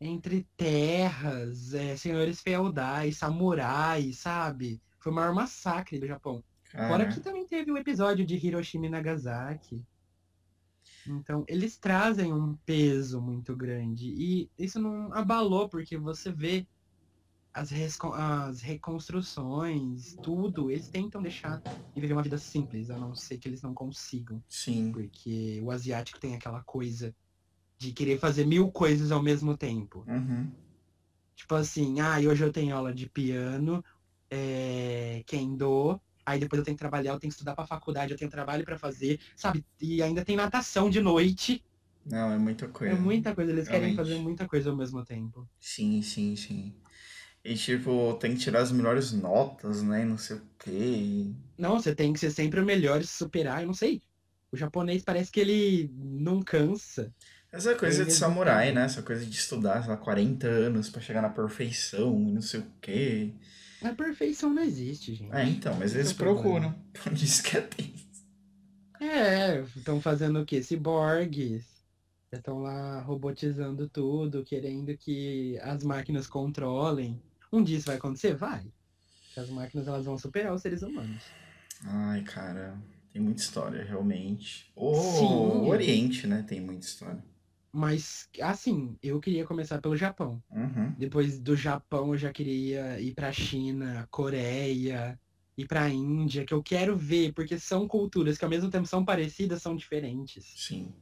[SPEAKER 1] entre terras, é, senhores feudais, samurais, sabe? Foi o maior massacre do Japão. Fora
[SPEAKER 2] Cara,
[SPEAKER 1] que também teve o episódio de Hiroshima e Nagasaki. Então, eles trazem um peso muito grande. E isso não abalou, porque você vê as, resco- as reconstruções, tudo. Eles tentam deixar e viver uma vida simples, a não ser que eles não consigam.
[SPEAKER 2] sim.
[SPEAKER 1] Porque o asiático tem aquela coisa de querer fazer mil coisas ao mesmo tempo.
[SPEAKER 2] Uhum.
[SPEAKER 1] Tipo assim, ah, e hoje eu tenho aula de piano, é, kendo, aí depois eu tenho que trabalhar, eu tenho que estudar pra faculdade, eu tenho trabalho pra fazer, sabe? E ainda tem natação de noite.
[SPEAKER 2] Não, é muita
[SPEAKER 1] É,
[SPEAKER 2] coisa.
[SPEAKER 1] muita coisa, eles querem
[SPEAKER 2] realmente.
[SPEAKER 1] fazer muita coisa ao mesmo tempo.
[SPEAKER 2] Sim, sim, sim. E tipo, tem que tirar as melhores notas, né? e Não sei o quê. e-
[SPEAKER 1] Não, você tem que ser sempre o melhor, se superar, eu não sei. O japonês parece que ele não cansa.
[SPEAKER 2] Essa coisa de
[SPEAKER 1] Eles-
[SPEAKER 2] samurai, né? Essa coisa de estudar, sei lá, 40 anos pra chegar na perfeição e não sei o quê.
[SPEAKER 1] A perfeição não existe, gente.
[SPEAKER 2] É, então, mas
[SPEAKER 1] Esse é
[SPEAKER 2] eles
[SPEAKER 1] o problema.
[SPEAKER 2] procuram. *laughs* Por isso que é tem.
[SPEAKER 1] É, estão fazendo o quê? Ciborgues. Estão lá robotizando tudo, querendo que as máquinas controlem. Um dia isso vai acontecer? Vai. As máquinas elas vão superar os seres humanos.
[SPEAKER 2] Ai, cara, tem muita história, realmente. O
[SPEAKER 1] Sim.
[SPEAKER 2] Oriente, né? Tem muita história.
[SPEAKER 1] Mas, assim, eu queria começar pelo Japão.
[SPEAKER 2] Uhum.
[SPEAKER 1] Depois do Japão, eu já queria ir pra China, Coreia, ir pra Índia, que eu quero ver, porque são culturas que ao mesmo tempo são parecidas, são diferentes.
[SPEAKER 2] Sim.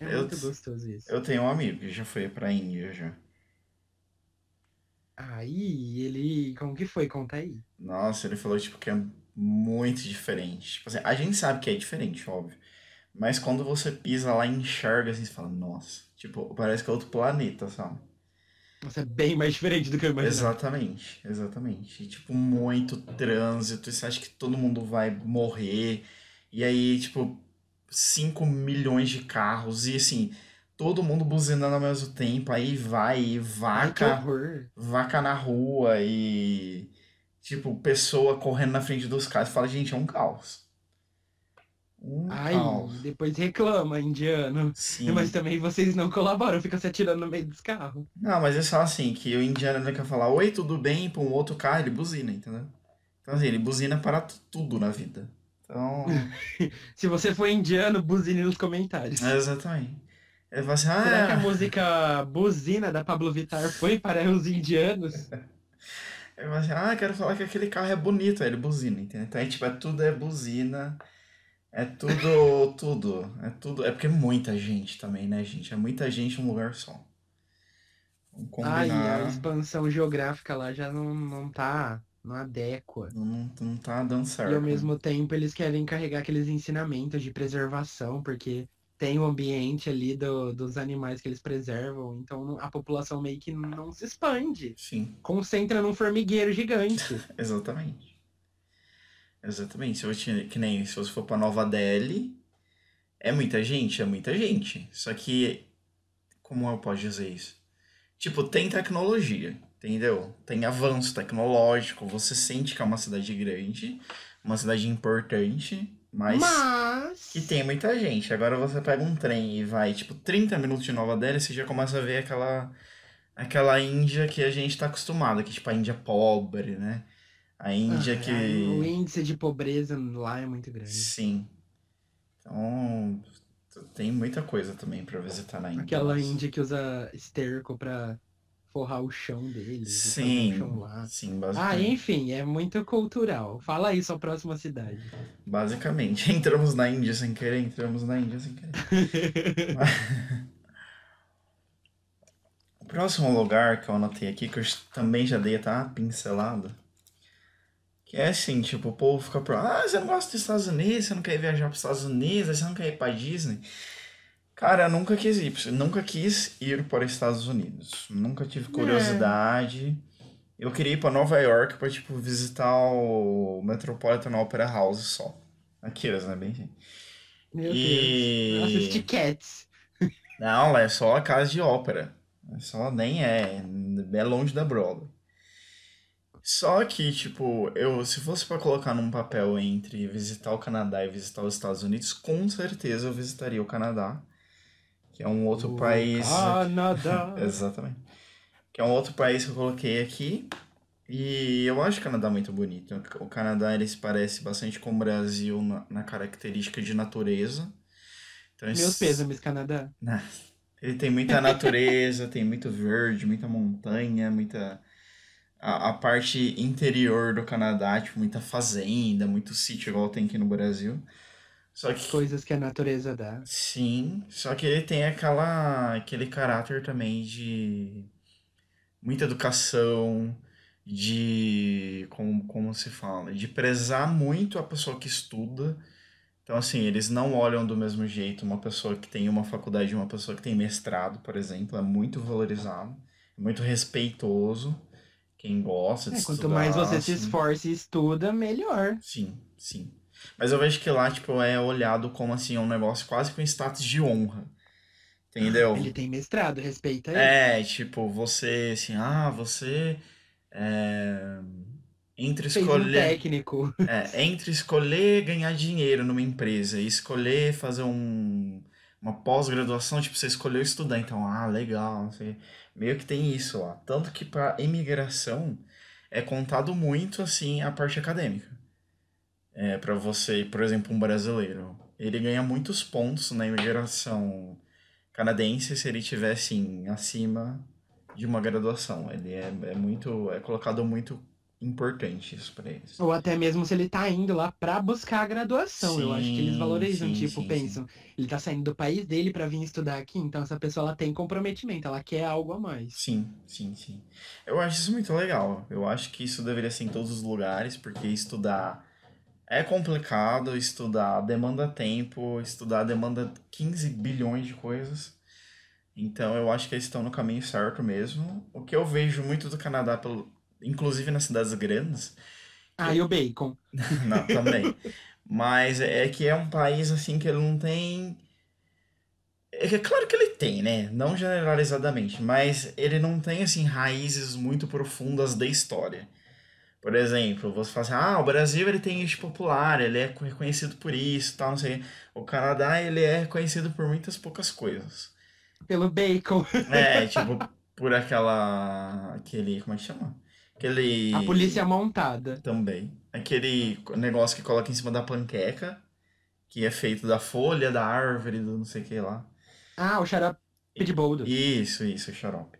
[SPEAKER 1] É
[SPEAKER 2] Eu-
[SPEAKER 1] muito gostoso isso.
[SPEAKER 2] Eu tenho um amigo que já foi pra Índia já.
[SPEAKER 1] Aí, ele. Como que foi? Conta aí.
[SPEAKER 2] Nossa, ele falou tipo que é muito diferente. Tipo assim, a gente sabe que é diferente, óbvio. Mas quando você pisa lá e enxerga assim, você fala, nossa, tipo, parece que é outro planeta, sabe?
[SPEAKER 1] Nossa, é bem mais diferente do que eu imaginava.
[SPEAKER 2] Exatamente, exatamente. E, tipo, muito trânsito, e você acha que todo mundo vai morrer. E aí, tipo, 5 milhões de carros, e assim, todo mundo buzinando ao mesmo tempo, aí vai,
[SPEAKER 1] Ai, que
[SPEAKER 2] e vaca,
[SPEAKER 1] horror.
[SPEAKER 2] vaca na rua, e tipo, pessoa correndo na frente dos carros. Fala, gente, é um caos. Um
[SPEAKER 1] Ai,
[SPEAKER 2] caos.
[SPEAKER 1] depois reclama, indiano.
[SPEAKER 2] Sim.
[SPEAKER 1] Mas também vocês não colaboram, fica se atirando no meio dos carros.
[SPEAKER 2] Não, mas é só assim, que o indiano ele quer falar oi, tudo bem, pra um outro carro, ele buzina, entendeu? Então assim, ele buzina para tu- tudo na vida.
[SPEAKER 1] *laughs*
[SPEAKER 2] Então,
[SPEAKER 1] Se você for indiano, buzine nos comentários.
[SPEAKER 2] é exatamente. Ele fala assim, ah,
[SPEAKER 1] Será que a música Buzina da Pablo Vittar foi para os indianos?
[SPEAKER 2] ele fala assim, ah, quero falar que aquele carro é bonito, aí ele buzina, entendeu? Então é tipo, é tudo é buzina, é tudo, *laughs* tudo, é tudo. É porque é muita gente também, né, gente? É muita gente num lugar só. Vamos
[SPEAKER 1] Ai, a
[SPEAKER 2] combinar.
[SPEAKER 1] expansão geográfica lá já não, não tá, não adequa.
[SPEAKER 2] Não, não, não tá dando certo.
[SPEAKER 1] E ao mesmo tempo eles querem carregar aqueles ensinamentos de preservação, porque tem o ambiente ali do- dos animais que eles preservam, então não- a população meio que não se expande.
[SPEAKER 2] Sim,
[SPEAKER 1] Concentra num formigueiro gigante.
[SPEAKER 2] *laughs* exatamente. Exatamente. Se eu te- que nem se você for pra Nova Delhi, é muita gente, é muita gente. Só que, como eu posso dizer isso? Tipo, tem tecnologia, entendeu? Tem avanço tecnológico, você sente que é uma cidade grande, uma cidade importante, mas
[SPEAKER 1] Mas.
[SPEAKER 2] que tem muita gente. Agora você pega um trem e vai, tipo, 30 minutos de Nova Delhi, você já começa a ver aquela aquela Índia que a gente tá acostumado, que tipo a Índia pobre, né? A Índia
[SPEAKER 1] Ah,
[SPEAKER 2] que
[SPEAKER 1] O índice de pobreza lá é muito grande.
[SPEAKER 2] Sim. Então, t- tem muita coisa também pra visitar na Índia.
[SPEAKER 1] Aquela
[SPEAKER 2] nossa.
[SPEAKER 1] índia que usa esterco pra forrar o chão deles. e fazer um
[SPEAKER 2] Sim,
[SPEAKER 1] chão lá.
[SPEAKER 2] sim,
[SPEAKER 1] Ah,
[SPEAKER 2] basicamente.
[SPEAKER 1] enfim, é muito cultural. Fala aí sua próxima cidade.
[SPEAKER 2] Basicamente, *laughs* entramos na Índia sem querer, entramos na Índia sem querer. próximo lugar que eu anotei aqui, que eu também já dei, tá? Pincelada. Que é assim, tipo, o povo fica pro. Ah, você não gosta dos Estados Unidos, você não quer viajar pros Estados Unidos, você não quer ir pra Disney. Cara, eu nunca quis ir, eu nunca quis ir para os Estados Unidos. Nunca
[SPEAKER 1] É.
[SPEAKER 2] tive curiosidade. Eu queria ir pra Nova York pra, tipo, visitar o Metropolitan Opera House só. Aqueles, né? Bem assim.
[SPEAKER 1] Meu
[SPEAKER 2] E-
[SPEAKER 1] Deus. Assisti Cats.
[SPEAKER 2] Não, é só a casa de ópera. É Só nem é. É longe da Broadway. Só que, tipo, eu, se fosse pra colocar num papel entre visitar o Canadá e visitar os Estados Unidos, com certeza eu visitaria o Canadá, que é um outro
[SPEAKER 1] O
[SPEAKER 2] país.
[SPEAKER 1] Ah!
[SPEAKER 2] *laughs*
[SPEAKER 1] Canadá.
[SPEAKER 2] Exatamente. Que é um outro país que eu coloquei aqui. E eu acho o Canadá muito bonito. O Canadá ele se parece bastante com o Brasil na, na característica de natureza. Então,
[SPEAKER 1] Meus
[SPEAKER 2] esse-
[SPEAKER 1] pêsames, Canadá.
[SPEAKER 2] né? Ele tem muita natureza, tem muito verde, muita montanha, muita. A, a parte interior do Canadá, tipo, muita fazenda, muito sítio, igual tem aqui no Brasil. Só que.
[SPEAKER 1] Coisas que a natureza dá.
[SPEAKER 2] Sim, só que ele tem aquela, aquele caráter também de muita educação, de como, como se fala, de prezar muito a pessoa que estuda. Então, assim, eles não olham do mesmo jeito uma pessoa que tem uma faculdade e uma pessoa que tem mestrado, por exemplo, é muito valorizado, é muito respeitoso. Quem gosta de
[SPEAKER 1] É, quanto
[SPEAKER 2] estudar,
[SPEAKER 1] mais você se
[SPEAKER 2] assim.
[SPEAKER 1] esforça e estuda, melhor.
[SPEAKER 2] Sim, sim. Mas eu vejo que lá, tipo, é olhado como assim, um negócio quase com status de honra. Entendeu?
[SPEAKER 1] Ah, Ele tá tem mestrado, respeita ele.
[SPEAKER 2] Então, É, tipo, você, assim, ah, você. é, entre
[SPEAKER 1] Fez um
[SPEAKER 2] escolher.
[SPEAKER 1] técnico.
[SPEAKER 2] é, entre escolher ganhar dinheiro numa empresa e escolher fazer um, uma pós-graduação, tipo, você escolheu estudar, então, ah, legal, não sei. Meio que tem isso lá. Tanto que pra imigração é contado muito, assim, a parte acadêmica. É, para você, por exemplo, um brasileiro. Ele ganha muitos pontos na imigração canadense se ele tiver, assim, acima de uma graduação. Ele é, é muito. É colocado muito importante isso pra eles.
[SPEAKER 1] Ou até mesmo se ele tá indo lá pra buscar a graduação. Eu acho que eles
[SPEAKER 2] Sim,
[SPEAKER 1] valorizam,
[SPEAKER 2] sim,
[SPEAKER 1] tipo,
[SPEAKER 2] sim,
[SPEAKER 1] pensam, ele tá saindo do país dele pra vir estudar aqui, então essa pessoa ela tem comprometimento, ela quer algo a mais.
[SPEAKER 2] Sim, sim, sim. Eu acho isso muito legal. Eu acho que isso deveria ser em todos os lugares, porque estudar é complicado, estudar demanda tempo, estudar demanda 15 bilhões de coisas. Então eu acho que eles estão no caminho certo mesmo. O que eu vejo muito do Canadá, pelo, inclusive nas cidades grandes,
[SPEAKER 1] Ah, e o bacon.
[SPEAKER 2] não, também. Mas é que é um país assim que ele não tem. É que é claro que ele tem, né? Não generalizadamente, mas ele não tem assim raízes muito profundas da história. Por exemplo, você fala assim, ah, o Brasil ele tem isso popular, ele é reconhecido por isso, tal, não sei. O Canadá ele é reconhecido por muitas poucas coisas.
[SPEAKER 1] Pelo bacon.
[SPEAKER 2] É, tipo, por aquela aquele, como é que chama? Aquele
[SPEAKER 1] A polícia montada.
[SPEAKER 2] também. Aquele negócio que coloca em cima da panqueca, que é feito da folha, da árvore, do não sei o que lá.
[SPEAKER 1] Ah, o xarope de boldo.
[SPEAKER 2] Isso, isso, xarope.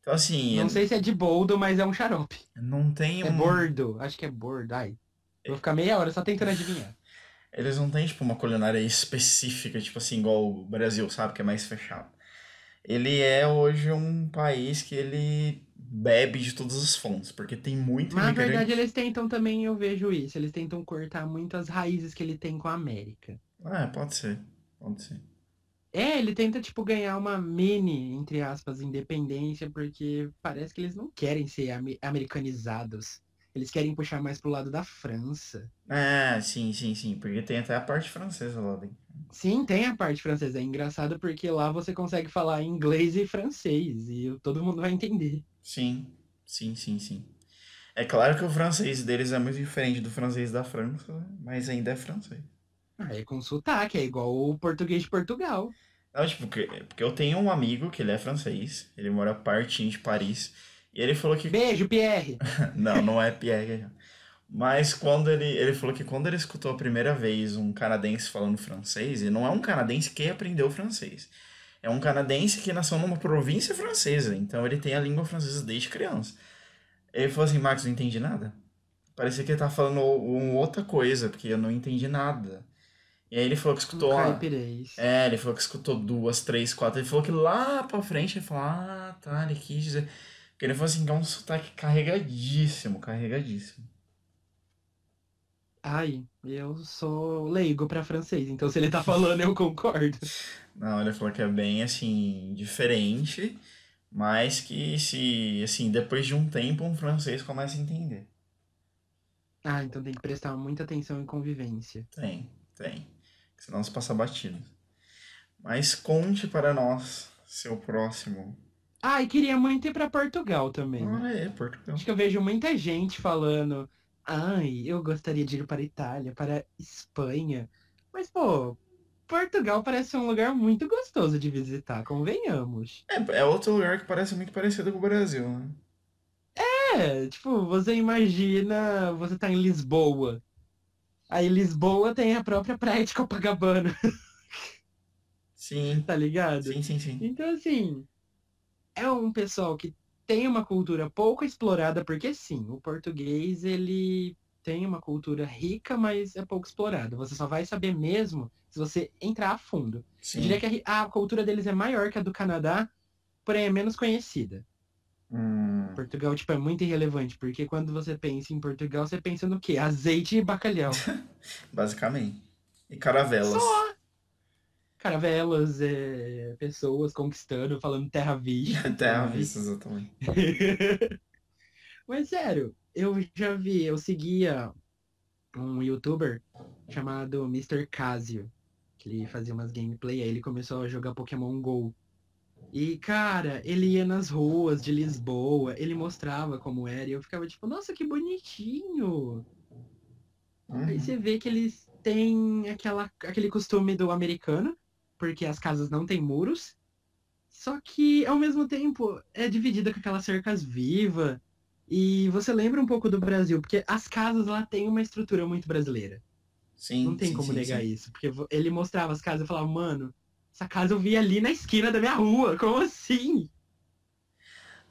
[SPEAKER 2] Então, assim,
[SPEAKER 1] Não sei se é de boldo, mas é um xarope.
[SPEAKER 2] não tem
[SPEAKER 1] É
[SPEAKER 2] um.
[SPEAKER 1] bordo. Acho que é bordo. Ai. Vou ficar meia hora só tentando adivinhar.
[SPEAKER 2] Eles não têm, tipo, uma culinária específica, tipo assim, igual o Brasil, sabe? Que é mais fechado. Ele é hoje um país que ele bebe de todas as fontes, porque tem muito
[SPEAKER 1] Mas na
[SPEAKER 2] imigrante.
[SPEAKER 1] verdade eles tentam também, eu vejo isso, eles tentam cortar muitas raízes que ele tem com a América.
[SPEAKER 2] Ah, pode ser. Pode ser.
[SPEAKER 1] É, ele tenta, tipo, ganhar uma mini, entre aspas, independência, porque parece que eles não querem ser ame- americanizados. Eles querem puxar mais pro lado da França.
[SPEAKER 2] Ah, sim, sim, sim. Porque tem até a parte francesa lá dentro.
[SPEAKER 1] Sim, tem a parte francesa. É engraçado porque lá você consegue falar inglês e francês, e todo mundo vai entender.
[SPEAKER 2] Sim, sim, sim, sim. É claro que o francês deles é muito diferente do francês da França, né? mas ainda é francês.
[SPEAKER 1] Ah, é com sotaque, é igual o português de Portugal.
[SPEAKER 2] Não, tipo, porque, porque eu tenho um amigo que ele é francês, ele mora pertinho de Paris, e ele falou que.
[SPEAKER 1] Beijo, Pierre!
[SPEAKER 2] *laughs* Não, não é Pierre. Mas quando ele, ele falou que quando ele escutou a primeira vez um canadense falando francês, e não é um canadense que aprendeu francês. É um canadense que nasceu numa província francesa, então ele tem a língua francesa desde criança. Ele falou assim, Max, não entendi nada. Parecia que ele tava falando um- outra coisa, porque eu não entendi nada. E aí ele falou que escutou.
[SPEAKER 1] Um
[SPEAKER 2] a-
[SPEAKER 1] caipirês.
[SPEAKER 2] É, ele falou que escutou duas, três, quatro. Ele falou que lá pra frente ele falou, ah, tá, ele quis dizer. Porque ele falou assim, que é um sotaque carregadíssimo, carregadíssimo.
[SPEAKER 1] Ai, eu sou leigo pra francês, então se ele tá falando, eu concordo.
[SPEAKER 2] Não, ele falou que é bem assim, diferente, mas que se, assim, depois de um tempo um francês começa a entender.
[SPEAKER 1] Ah, então tem que prestar muita atenção em convivência.
[SPEAKER 2] Tem, tem. Senão se passa batido. Mas conte para nós, seu próximo.
[SPEAKER 1] Ai, queria muito ir pra Portugal também.
[SPEAKER 2] Ah, é, Portugal.
[SPEAKER 1] Acho que eu vejo muita gente falando. Ai, eu gostaria de ir para a Itália, para a Espanha. Mas, pô, Portugal parece um lugar muito gostoso de visitar, convenhamos.
[SPEAKER 2] É, é outro lugar que parece muito parecido com o Brasil, né?
[SPEAKER 1] É, tipo, você imagina, você tá em Lisboa. Aí Lisboa tem a própria praia de Copacabana,
[SPEAKER 2] Sim,
[SPEAKER 1] tá ligado?
[SPEAKER 2] sim, sim, sim.
[SPEAKER 1] Então, assim, é um pessoal que tem uma cultura pouco explorada, porque sim, o português, ele tem uma cultura rica, mas é pouco explorada. Você só vai saber mesmo se você entrar a fundo. Eu
[SPEAKER 2] Sim.
[SPEAKER 1] diria que a ri- a, cultura deles é maior que a do Canadá, porém é menos conhecida.
[SPEAKER 2] Hum.
[SPEAKER 1] Portugal, tipo, é muito irrelevante, porque quando você pensa em Portugal, você pensa no quê? Azeite e
[SPEAKER 2] *laughs*
[SPEAKER 1] bacalhau.
[SPEAKER 2] Basicamente. E caravelas.
[SPEAKER 1] Só! Caravelas, é, pessoas conquistando, falando terra vista. e tudo
[SPEAKER 2] Terra à
[SPEAKER 1] mais.
[SPEAKER 2] vista, exatamente.
[SPEAKER 1] Mas sério, eu já vi, eu seguia um youtuber chamado Mr. Casio, que ele fazia umas gameplay, aí ele começou a jogar Pokémon GO. E, cara, ele ia nas ruas de Lisboa, ele mostrava como era, e eu ficava tipo, nossa, que bonitinho! Aí
[SPEAKER 2] Uhum.
[SPEAKER 1] você vê que eles têm aquela, aquele costume do americano, porque as casas não têm muros. Só que, ao mesmo tempo, é dividida com aquelas cercas viva. E você lembra um pouco do Brasil, porque as casas lá têm uma estrutura muito brasileira.
[SPEAKER 2] Sim,
[SPEAKER 1] Não tem
[SPEAKER 2] sim,
[SPEAKER 1] como
[SPEAKER 2] sim,
[SPEAKER 1] negar
[SPEAKER 2] sim.
[SPEAKER 1] isso. Porque vo- ele mostrava as casas e falava, mano, essa casa eu vi ali na esquina da minha rua. Como assim?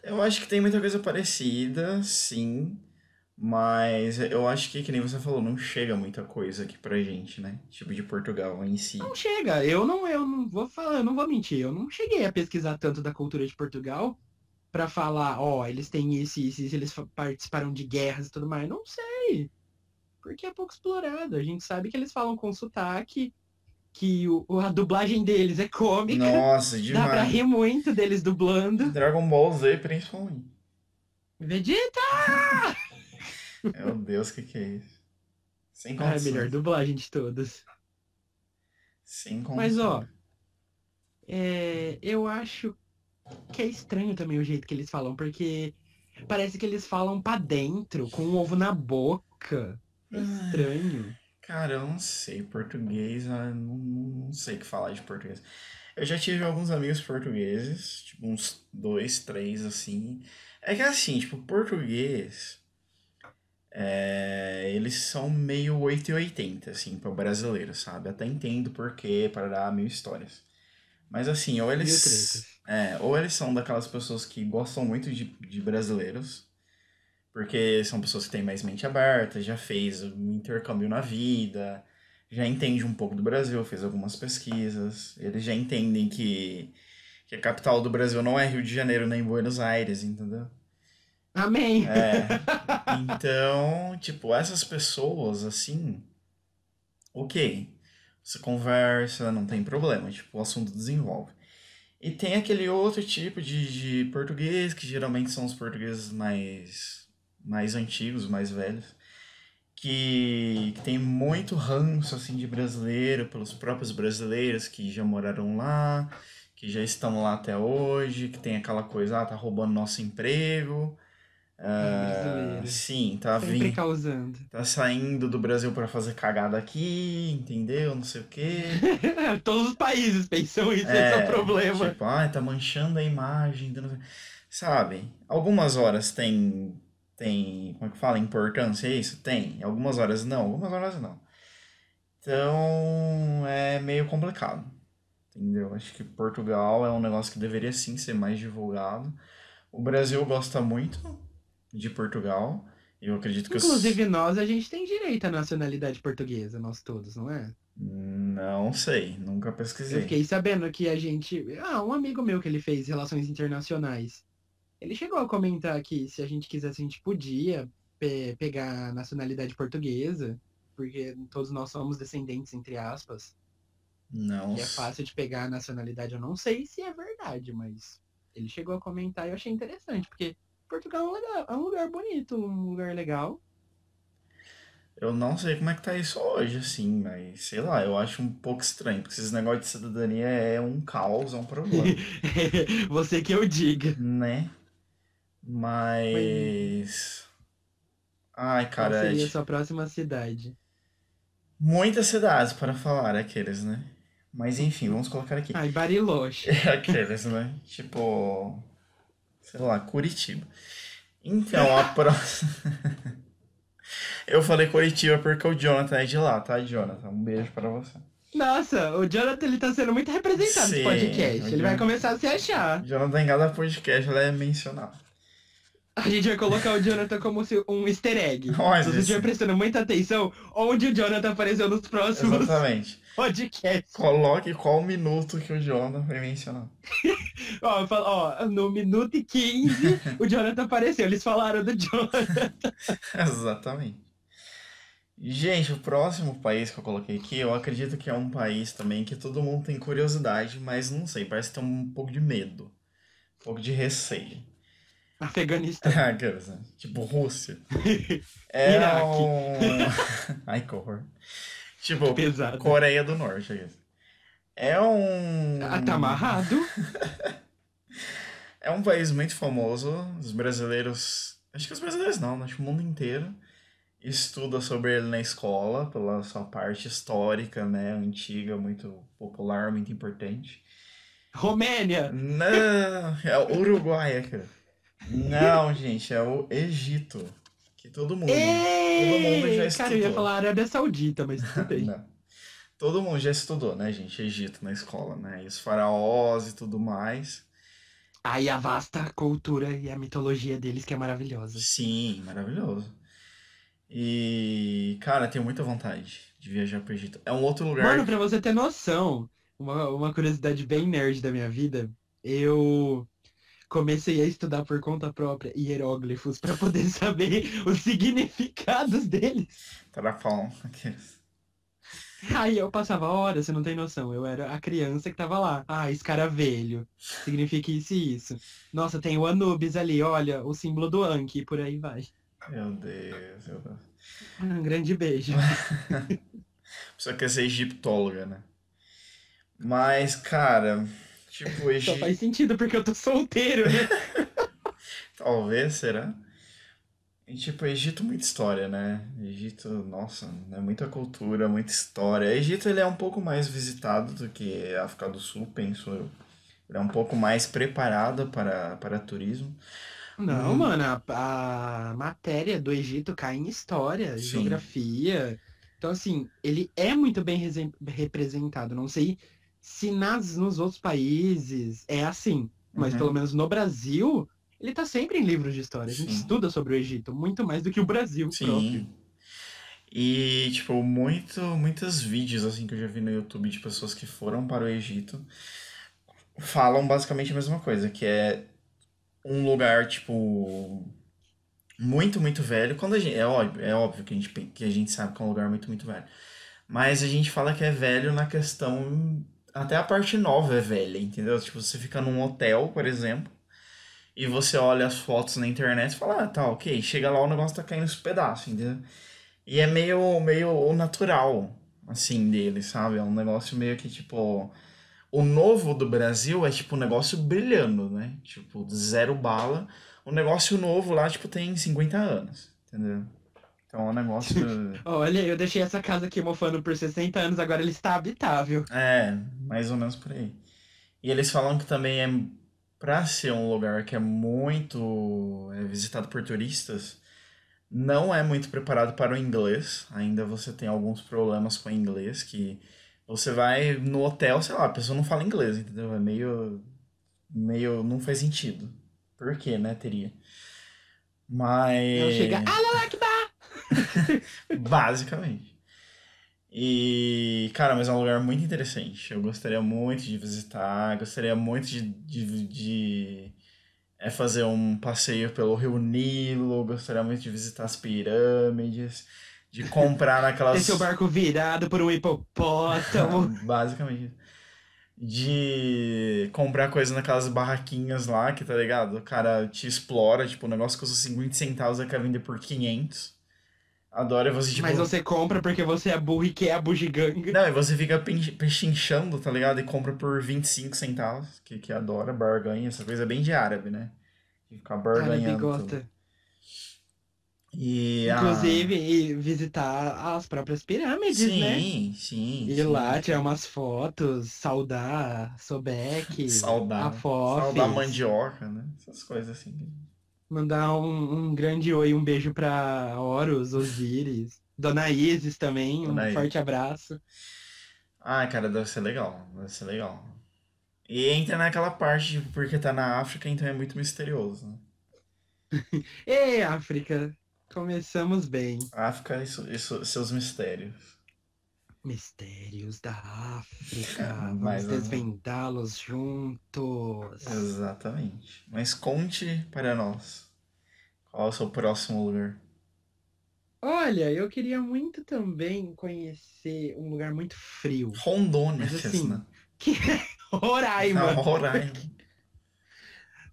[SPEAKER 2] Eu acho que tem muita coisa parecida, sim. Mas eu acho que, que nem você falou, não chega muita coisa aqui pra gente, né? Tipo de Portugal em si.
[SPEAKER 1] Não chega. Eu não, eu não vou falar, eu não vou mentir. Eu não cheguei a pesquisar tanto da cultura de Portugal pra falar, ó, eles têm isso, isso, isso, eles fa- participaram de guerras e tudo mais. Não sei. Porque é pouco explorado. A gente sabe que eles falam com sotaque, que o, o- a dublagem deles é cômica.
[SPEAKER 2] Nossa,
[SPEAKER 1] Dá pra
[SPEAKER 2] demais.
[SPEAKER 1] rir muito deles dublando.
[SPEAKER 2] Dragon Ball Z, principalmente.
[SPEAKER 1] Vegeta!
[SPEAKER 2] Meu Deus, o que, que é isso? Sem
[SPEAKER 1] Ah, é a
[SPEAKER 2] condições.
[SPEAKER 1] melhor dublagem de todas.
[SPEAKER 2] Sem condições.
[SPEAKER 1] Mas, ó, É, eu acho que é estranho também o jeito que eles falam, porque parece que eles falam pra dentro, com o ovo na boca. É
[SPEAKER 2] Ai.
[SPEAKER 1] estranho.
[SPEAKER 2] Cara, eu não sei português, eu não, não não sei o que falar de português. Eu já tive alguns amigos portugueses, tipo uns dois, três, assim. É que assim, tipo, português, é, eles são meio 880, assim, para brasileiro, sabe? Até entendo por quê, para dar mil histórias. Mas assim, ou
[SPEAKER 1] Mil né?
[SPEAKER 2] eles,
[SPEAKER 1] tretas.
[SPEAKER 2] é, ou eles são daquelas pessoas que gostam muito de, de brasileiros, porque são pessoas que têm mais mente aberta, já fez um intercâmbio na vida, já entende um pouco do Brasil, fez algumas pesquisas, eles já entendem que, que a capital do Brasil não é Rio de Janeiro nem Buenos Aires, entendeu?
[SPEAKER 1] Amém!
[SPEAKER 2] É. Então, tipo, essas pessoas, assim, ok. Você conversa, não tem problema, tipo, o assunto desenvolve. E tem aquele outro tipo de, de português, que geralmente são os portugueses mais, mais antigos, mais velhos, que, que tem muito ranço, assim, de brasileiro, pelos próprios brasileiros que já moraram lá, que já estão lá até hoje, que tem aquela coisa, ah, tá roubando nosso emprego.
[SPEAKER 1] É,
[SPEAKER 2] Ah,
[SPEAKER 1] brasileiro.
[SPEAKER 2] sim, tá
[SPEAKER 1] Sempre
[SPEAKER 2] vindo,
[SPEAKER 1] causando. *laughs*
[SPEAKER 2] tá saindo do Brasil pra fazer cagada aqui, entendeu? Não sei o quê.
[SPEAKER 1] Todos os países pensam isso, esse é o problema.
[SPEAKER 2] Tipo, ai, tá manchando a imagem, tá não sei- sabe? Algumas horas tem tem, como é que fala, importância isso? Tem. Algumas horas não, algumas horas não. Então, é meio complicado. Entendeu? Acho que Portugal é um negócio que deveria sim ser mais divulgado. O Brasil gosta muito de Portugal. Eu acredito que tipo, os-
[SPEAKER 1] Inclusive, nós, a gente tem direito à nacionalidade portuguesa, nós todos, não é?
[SPEAKER 2] Hum, Não sei, nunca
[SPEAKER 1] Eu
[SPEAKER 2] pesquisei.
[SPEAKER 1] fiquei sabendo que a gente. Ah, um amigo meu que ele fez relações internacionais. Ele chegou a comentar que se a gente quisesse, a gente podia pe- pegar a nacionalidade portuguesa, porque todos nós somos descendentes, entre aspas.
[SPEAKER 2] Não.
[SPEAKER 1] E é fácil de pegar a nacionalidade. Eu não sei se é verdade, mas ele chegou a comentar e eu achei interessante, porque Portugal é um lugar, é um lugar bonito, um lugar legal.
[SPEAKER 2] Eu não sei como é que tá isso hoje, assim, mas sei lá, eu acho um pouco estranho, porque esses negócios de cidadania é um caos, é um
[SPEAKER 1] *laughs*
[SPEAKER 2] problema,
[SPEAKER 1] *laughs* Você que eu diga.
[SPEAKER 2] né? Mas. Ai,
[SPEAKER 1] Qual
[SPEAKER 2] cara, é
[SPEAKER 1] seria a
[SPEAKER 2] de-
[SPEAKER 1] sua próxima cidade?
[SPEAKER 2] muitas cidades para falar, aqueles, né? Mas enfim, vamos colocar aqui.
[SPEAKER 1] Ai, Bariloche.
[SPEAKER 2] É *laughs* aqueles, né? Tipo. Sei lá, Curitiba. Então, a próxima. *laughs* Eu falei Curitiba porque o Jonathan é de lá, tá, Jonathan? Um beijo pra você.
[SPEAKER 1] Nossa, o Jonathan ele tá sendo muito representado
[SPEAKER 2] Sim,
[SPEAKER 1] nesse podcast.
[SPEAKER 2] o
[SPEAKER 1] Ele vai
[SPEAKER 2] Jonathan-
[SPEAKER 1] começar a se achar.
[SPEAKER 2] Jonathan em cada podcast ela é *laughs* mencionada.
[SPEAKER 1] A gente vai colocar o Jonathan como se- um easter egg.
[SPEAKER 2] Mas
[SPEAKER 1] Você
[SPEAKER 2] isso-
[SPEAKER 1] estiver prestando muita atenção onde o Jonathan apareceu nos próximos
[SPEAKER 2] Exatamente.
[SPEAKER 1] podcasts.
[SPEAKER 2] Coloque qual minuto que o Jonathan foi mencionado.
[SPEAKER 1] Ó, fala- ó, no minuto e 15 o Jonathan apareceu. Eles falaram do Jonathan.
[SPEAKER 2] *laughs* Exatamente. Gente, o próximo país que eu coloquei aqui, eu acredito que é um país também que todo mundo tem curiosidade, mas não sei, parece ter um pouco de medo, um pouco de receio. *laughs*
[SPEAKER 1] Afeganistão.
[SPEAKER 2] Ah, aquelas, né? Tipo
[SPEAKER 1] *laughs*
[SPEAKER 2] Rússia. É
[SPEAKER 1] Iraque.
[SPEAKER 2] um- *laughs* Ai, que horror. Tipo,
[SPEAKER 1] Pesado.
[SPEAKER 2] Coreia do Norte, aqueles. É um.
[SPEAKER 1] Ah, Tá Atamarrado.
[SPEAKER 2] É um país muito famoso. Os brasileiros. Acho que os brasileiros não, né? acho que o mundo inteiro estuda sobre ele na escola, pela sua parte histórica, né? Antiga, muito popular, muito importante.
[SPEAKER 1] Romênia.
[SPEAKER 2] Não, é o Uruguai, é, cara. Não, gente, é o Egito. Que todo mundo.
[SPEAKER 1] É.
[SPEAKER 2] mundo já
[SPEAKER 1] Ei, cara, eu ia
[SPEAKER 2] estudou. Né.
[SPEAKER 1] falar Arábia Saudita, mas tudo
[SPEAKER 2] *laughs*
[SPEAKER 1] bem.
[SPEAKER 2] Não. Todo mundo já estudou, né, gente? Egito na escola, né? E os faraós e tudo mais.
[SPEAKER 1] Aí a vasta cultura e a mitologia deles que é maravilhosa.
[SPEAKER 2] Sim, maravilhoso. E, cara, tenho muita vontade de viajar pro Egito. É um outro lugar.
[SPEAKER 1] Mano, pra você ter noção, uma, uma curiosidade bem nerd da minha vida, eu comecei a estudar por conta própria hieróglifos *laughs* pra poder saber os significados deles.
[SPEAKER 2] Tarapão. aqueles.
[SPEAKER 1] Aí eu passava horas, você não tem noção. Eu era a criança que tava lá. Ah, escaravelho. Significa isso e isso. Nossa, tem o Anubis ali, olha, o símbolo do Anki, e por aí vai.
[SPEAKER 2] Meu Deus, meu Deus.
[SPEAKER 1] Um grande beijo.
[SPEAKER 2] Só quer ser egiptóloga, né? Mas, cara, tipo,
[SPEAKER 1] Só
[SPEAKER 2] Egito.
[SPEAKER 1] faz sentido porque eu tô solteiro, né?
[SPEAKER 2] Talvez, será? E, tipo, Egito, muita história, né? Egito, nossa, é muita cultura, muita história. Egito, ele é um pouco mais visitado do que a África do Sul, penso eu. Ele é um pouco mais preparado para, para turismo.
[SPEAKER 1] Não,
[SPEAKER 2] Hum.
[SPEAKER 1] mano, a, a matéria do Egito cai em história,
[SPEAKER 2] Sim.
[SPEAKER 1] geografia. Então, assim, ele é muito bem resen- representado. Não sei se nas, nos outros países é assim, mas
[SPEAKER 2] Uhum.
[SPEAKER 1] pelo menos no Brasil, ele tá sempre em livros de história. A gente
[SPEAKER 2] Sim.
[SPEAKER 1] estuda sobre o Egito, muito mais do que o Brasil próprio.
[SPEAKER 2] Sim. E, tipo, muito, muitos vídeos, assim, que eu já vi no YouTube de pessoas que foram para o Egito falam basicamente a mesma coisa, que é um lugar, tipo, muito, muito velho. Quando a gente, é óbvio, é óbvio que a gente, pe- que a gente sabe que é um lugar muito, muito velho. Mas a gente fala que é velho na questão. Até a parte nova é velha, entendeu? Tipo, você fica num hotel, por exemplo, e você olha as fotos na internet e fala, ah, tá, ok. Chega lá, o negócio tá caindo os pedaços, entendeu? E é meio, meio o natural, assim, dele, sabe? É um negócio meio que, tipo... O novo do Brasil é, tipo, um negócio brilhando, né? Tipo, zero bala. O negócio novo lá, tipo, tem 50 anos, entendeu? Então é um negócio...
[SPEAKER 1] Olha, eu deixei essa casa aqui mofando por 60 anos, agora ele está habitável.
[SPEAKER 2] É, mais ou menos por aí. E eles falam que também é pra ser um lugar que é muito é, visitado por turistas, não é muito preparado para o inglês. Ainda você tem alguns problemas com o inglês que você vai no hotel, sei lá, a pessoa não fala inglês, entendeu? É meio meio não faz sentido. Por quê, né, teria? Mas É.
[SPEAKER 1] "Ah, Então chega, "Alô, Akbar!"
[SPEAKER 2] Basicamente. E, cara, mas é um lugar muito interessante. Eu gostaria muito de visitar, gostaria muito de, de, de é fazer um passeio pelo Rio Nilo, gostaria muito de visitar as pirâmides, de comprar naquelas.
[SPEAKER 1] Ter seu barco virado por um
[SPEAKER 2] *laughs*
[SPEAKER 1] hipopótamo.
[SPEAKER 2] Basicamente. De comprar coisa naquelas barraquinhas lá, que tá ligado? O cara te explora, tipo, o negócio custa 50 centavos, ele quer vender por 500. Adoro e você, tipo...
[SPEAKER 1] Mas você compra porque você é burro e quer a bugiganga.
[SPEAKER 2] Não, e você fica pin- pechinchando, tá ligado? E compra por 25 centavos, que, que adora, barganha, essa coisa é bem de árabe, né? De ficar barganhando.
[SPEAKER 1] Árabe
[SPEAKER 2] tudo.
[SPEAKER 1] gosta.
[SPEAKER 2] E ah, a-
[SPEAKER 1] Inclusive, e visitar as próprias pirâmides, né?
[SPEAKER 2] Sim, sim.
[SPEAKER 1] Ir
[SPEAKER 2] sim.
[SPEAKER 1] lá, tirar umas fotos, saudar Sobek,
[SPEAKER 2] Saudar.
[SPEAKER 1] a Fofis,
[SPEAKER 2] Saudar mandioca, né? Essas coisas assim.
[SPEAKER 1] mandar um, um grande oi, um beijo pra Horus, Osiris, Dona Isis também,
[SPEAKER 2] Dona
[SPEAKER 1] um
[SPEAKER 2] Isis.
[SPEAKER 1] forte abraço.
[SPEAKER 2] Ah, cara, deve ser legal. Deve ser legal. E entra naquela parte, tipo, porque tá na África, então é muito misterioso, né?
[SPEAKER 1] Ei, África, começamos bem.
[SPEAKER 2] A África e su- e su- seus mistérios.
[SPEAKER 1] Mistérios da África,
[SPEAKER 2] *laughs* Mais
[SPEAKER 1] vamos
[SPEAKER 2] ou menos.
[SPEAKER 1] desvendá-los juntos.
[SPEAKER 2] Exatamente. Mas conte para nós. Qual é o seu próximo lugar?
[SPEAKER 1] Olha, eu queria muito também conhecer um lugar muito frio,
[SPEAKER 2] Rondônia,
[SPEAKER 1] Mas assim,
[SPEAKER 2] Chesna.
[SPEAKER 1] que *laughs* é Roraima.
[SPEAKER 2] Não,
[SPEAKER 1] *laughs*
[SPEAKER 2] Roraima.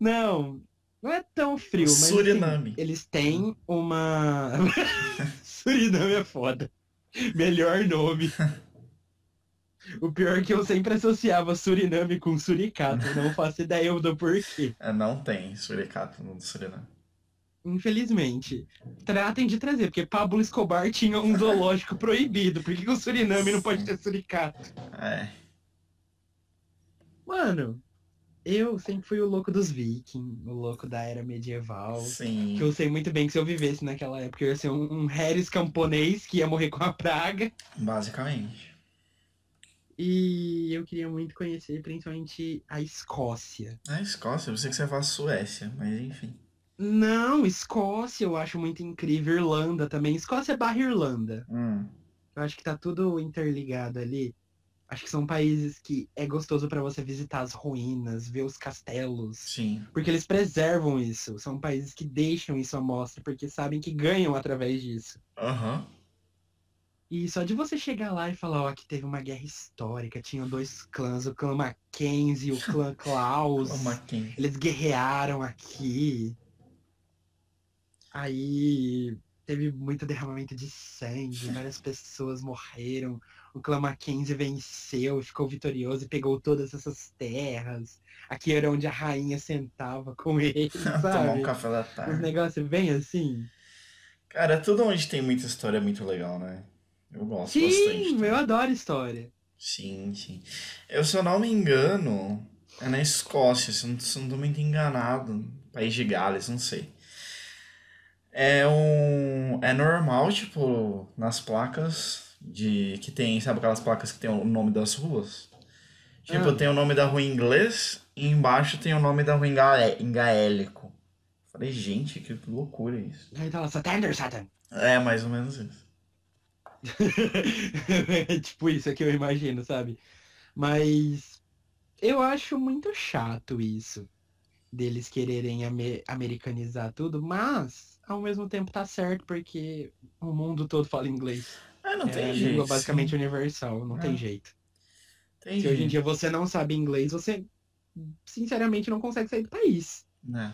[SPEAKER 1] Não, não é tão frio, mas assim,
[SPEAKER 2] Suriname.
[SPEAKER 1] eles têm uma. *laughs* Suriname é foda. Melhor nome. O pior é que eu sempre associava Suriname com Suricato, não faço ideia do porquê.
[SPEAKER 2] É, não tem suricato no Suriname.
[SPEAKER 1] Infelizmente. Tratem de trazer, porque Pablo Escobar tinha um zoológico proibido. Por que que o Suriname não pode ter Suricato?
[SPEAKER 2] É.
[SPEAKER 1] Mano, eu sempre fui o louco dos vikings, o louco da era medieval.
[SPEAKER 2] Sim.
[SPEAKER 1] Que eu sei muito bem que se eu vivesse naquela época, eu ia ser um, um Harris camponês que ia morrer com a praga.
[SPEAKER 2] Basicamente.
[SPEAKER 1] E eu queria muito conhecer, principalmente, a Escócia.
[SPEAKER 2] A Escócia, eu sei que você fala Suécia, mas enfim.
[SPEAKER 1] Não, Escócia eu acho muito incrível. Irlanda também. Escócia barra Irlanda.
[SPEAKER 2] Hum.
[SPEAKER 1] Eu acho que tá tudo interligado ali. Acho que são países que é gostoso pra você visitar as ruínas, ver os castelos.
[SPEAKER 2] Sim.
[SPEAKER 1] Porque eles preservam isso. São países que deixam isso à mostra, porque sabem que ganham através disso.
[SPEAKER 2] Aham.
[SPEAKER 1] E só de você chegar lá e falar, ó, que teve uma guerra histórica, tinham dois clãs, o clã Mackenzie e o clã Klaus.
[SPEAKER 2] Ô, Maquin.
[SPEAKER 1] Eles guerrearam aqui. Aí teve muito derramamento de sangue, várias pessoas morreram. O clã Mackenzie venceu, ficou vitorioso e pegou todas essas terras. Aqui era onde a rainha sentava
[SPEAKER 2] *laughs*
[SPEAKER 1] com ele,
[SPEAKER 2] Tomar um
[SPEAKER 1] sabe?
[SPEAKER 2] café da
[SPEAKER 1] Uns
[SPEAKER 2] tarde.
[SPEAKER 1] negócios bem assim.
[SPEAKER 2] Cara, tudo onde tem muita história é muito legal, né? Eu gosto bastante.
[SPEAKER 1] Sim,
[SPEAKER 2] também.
[SPEAKER 1] eu adoro história.
[SPEAKER 2] Sim, sim. Eu, se eu não me engano, é na Escócia, se eu não, se eu não tô muito enganado. País de Gales, não sei. É um. É normal, tipo, nas placas de. que tem. Sabe aquelas placas que tem o nome das ruas? Tipo,
[SPEAKER 1] Ah.
[SPEAKER 2] tem o nome da rua em inglês e embaixo tem o nome da rua em, gaé- em gaélico. Falei, gente, que loucura isso.
[SPEAKER 1] Aí tá lá, Satander, Satan.
[SPEAKER 2] É, mais ou menos isso.
[SPEAKER 1] *laughs* É tipo isso é que eu imagino, sabe? Mas eu acho muito chato isso. Deles quererem ame- americanizar tudo, mas ao mesmo tempo tá certo, porque o mundo todo fala inglês.
[SPEAKER 2] Ah, *laughs* não
[SPEAKER 1] é
[SPEAKER 2] tem
[SPEAKER 1] a
[SPEAKER 2] jeito.
[SPEAKER 1] língua
[SPEAKER 2] sim.
[SPEAKER 1] basicamente universal, não
[SPEAKER 2] É.
[SPEAKER 1] tem jeito.
[SPEAKER 2] Tem
[SPEAKER 1] Se hoje em
[SPEAKER 2] jeito.
[SPEAKER 1] dia você não sabe inglês, você sinceramente não consegue sair do país.
[SPEAKER 2] Né?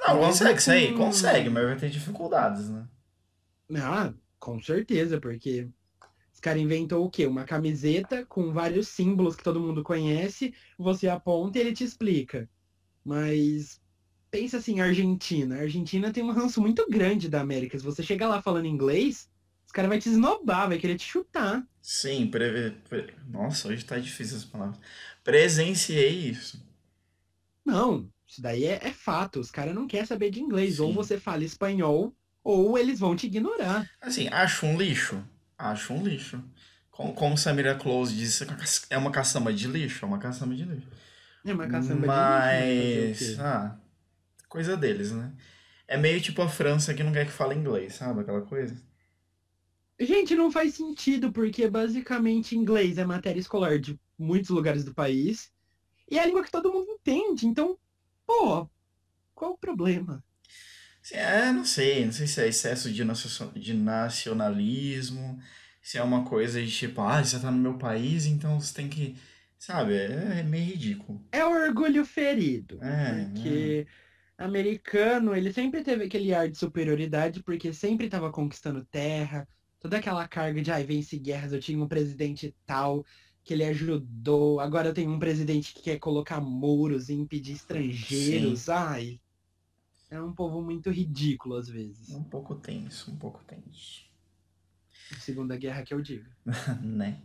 [SPEAKER 2] Não,
[SPEAKER 1] Mesmo
[SPEAKER 2] consegue sair,
[SPEAKER 1] com-
[SPEAKER 2] consegue, mas vai ter dificuldades, né?
[SPEAKER 1] Ah, com certeza, porque os caras inventou o quê? Uma camiseta com vários símbolos que todo mundo conhece, você aponta e ele te explica. Mas pensa assim, Argentina. A Argentina tem um ranço muito grande da América. Se você chegar lá falando inglês, os caras vão te esnobar, vai querer te chutar.
[SPEAKER 2] Sim, preve... pre- Nossa, hoje tá difícil as palavras. Presenciei isso.
[SPEAKER 1] Não, isso daí é, é fato. Os caras não querem saber de inglês. Ou
[SPEAKER 2] Sim.
[SPEAKER 1] você fala espanhol, ou eles vão te ignorar.
[SPEAKER 2] Assim, acho um lixo? Acho um lixo. Como, como Samira Close disse, é uma caçamba de lixo? É uma caçamba de lixo.
[SPEAKER 1] É uma caçamba de lixo, né? Fazer o
[SPEAKER 2] Mas.
[SPEAKER 1] quê?
[SPEAKER 2] Ah, coisa deles, né? É meio tipo a França que não quer que fale inglês, sabe? Aquela coisa.
[SPEAKER 1] Gente, não faz sentido, porque basicamente inglês é matéria escolar de muitos lugares do país. E é a língua que todo mundo entende. Então, pô, qual o problema?
[SPEAKER 2] Assim, é, não sei, não sei se é excesso de, nacio- de nacionalismo, se é uma coisa de tipo, ah, você tá no meu país, então você tem que. Sabe, é, é meio ridículo.
[SPEAKER 1] É o orgulho ferido.
[SPEAKER 2] É,
[SPEAKER 1] Porque americano, ele sempre teve aquele ar de superioridade, porque sempre estava conquistando terra, toda aquela carga de, ai, vence guerras, eu tinha um presidente tal, que ele ajudou, agora eu tenho um presidente que quer colocar muros e impedir estrangeiros, ai. É um povo muito ridículo, às
[SPEAKER 2] é
[SPEAKER 1] vezes.
[SPEAKER 2] um pouco tenso, um pouco tenso. *laughs*
[SPEAKER 1] Segunda guerra que eu digo.
[SPEAKER 2] né?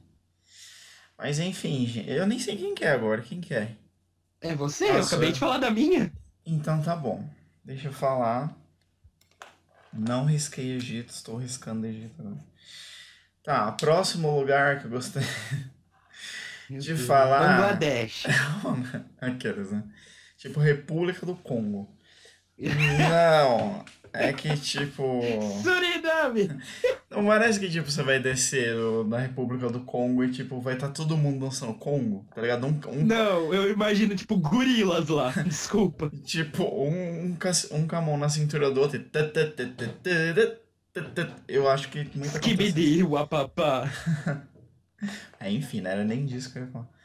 [SPEAKER 2] Mas enfim, gen- eu nem sei quem que é agora, quem que é?
[SPEAKER 1] É você? eu
[SPEAKER 2] Nossa.
[SPEAKER 1] acabei de falar da minha.
[SPEAKER 2] Então tá bom. Deixa eu falar. Não risquei Egito, estou riscando Egito. agora. Tá, próximo lugar que eu gostei.
[SPEAKER 1] Meu
[SPEAKER 2] De falar- Tá
[SPEAKER 1] Bangladesh.
[SPEAKER 2] *laughs* Aquelas, né? Tipo, República do Congo. Não, é que tipo.
[SPEAKER 1] Suriname!
[SPEAKER 2] Não parece que tipo, você vai descer do- na República do Congo e tipo, vai estar todo mundo dançando Congo, tá ligado? Um, um
[SPEAKER 1] Não, eu imagino, tipo, gorilas lá. *laughs* Desculpa.
[SPEAKER 2] Tipo, um, um, cas- um camão na cintura do outro. e tã, tã, tã, tã, tã, tã, tã, tã. Eu acho que muita coisa.
[SPEAKER 1] Skibidi, wapapá.
[SPEAKER 2] É, enfim, não era nem disso que eu ia falar.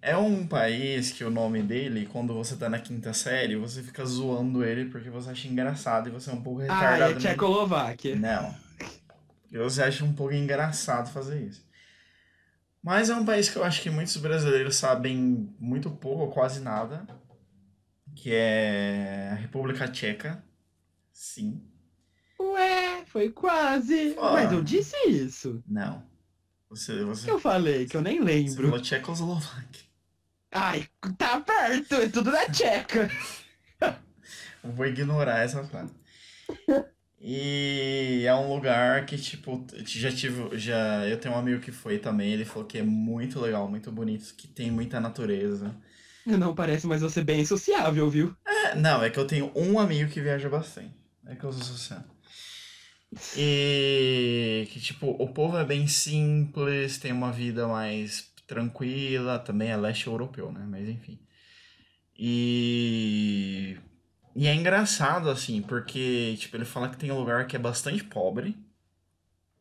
[SPEAKER 2] É um país que o nome dele, quando você tá na quinta série, você fica zoando ele porque você acha engraçado e você é um pouco
[SPEAKER 1] Ah,
[SPEAKER 2] retardado.
[SPEAKER 1] é
[SPEAKER 2] mesmo.
[SPEAKER 1] Tchecoslováquia.
[SPEAKER 2] Não. Eu já acho um pouco engraçado fazer isso. Mas é um país que eu acho que muitos brasileiros sabem muito pouco ou quase nada, que é a República Tcheca. Sim.
[SPEAKER 1] Ué, foi quase.
[SPEAKER 2] Ah.
[SPEAKER 1] Mas eu disse isso.
[SPEAKER 2] Não. Você,
[SPEAKER 1] O
[SPEAKER 2] você,
[SPEAKER 1] que eu falei? Que eu nem
[SPEAKER 2] você
[SPEAKER 1] lembro.
[SPEAKER 2] falou Tchecoslováquia.
[SPEAKER 1] Ai, tá perto. É tudo na Tcheca.
[SPEAKER 2] Eu vou ignorar essa frase. E é um lugar que, tipo, eu já tive. Já, eu tenho um amigo que foi também. Ele falou que é muito legal, muito bonito, que tem muita natureza.
[SPEAKER 1] Não parece, mas você é bem sociável, viu?
[SPEAKER 2] É, Não, é que eu tenho um amigo que viaja bastante. É que eu sou social. E que, tipo, o povo é bem simples, tem uma vida mais tranquila, também é leste europeu, né? Mas enfim. E. E é engraçado, assim, porque, tipo, ele fala que tem um lugar que é bastante pobre,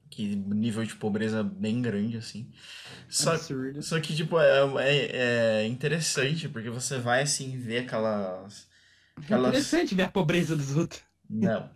[SPEAKER 2] que nível de pobreza bem grande, assim. Só
[SPEAKER 1] Absurdo.
[SPEAKER 2] só que, tipo, é, é, é interessante, porque você vai, assim, ver aquelas...
[SPEAKER 1] É
[SPEAKER 2] aquelas...
[SPEAKER 1] Interessante ver a pobreza dos outros.
[SPEAKER 2] Não.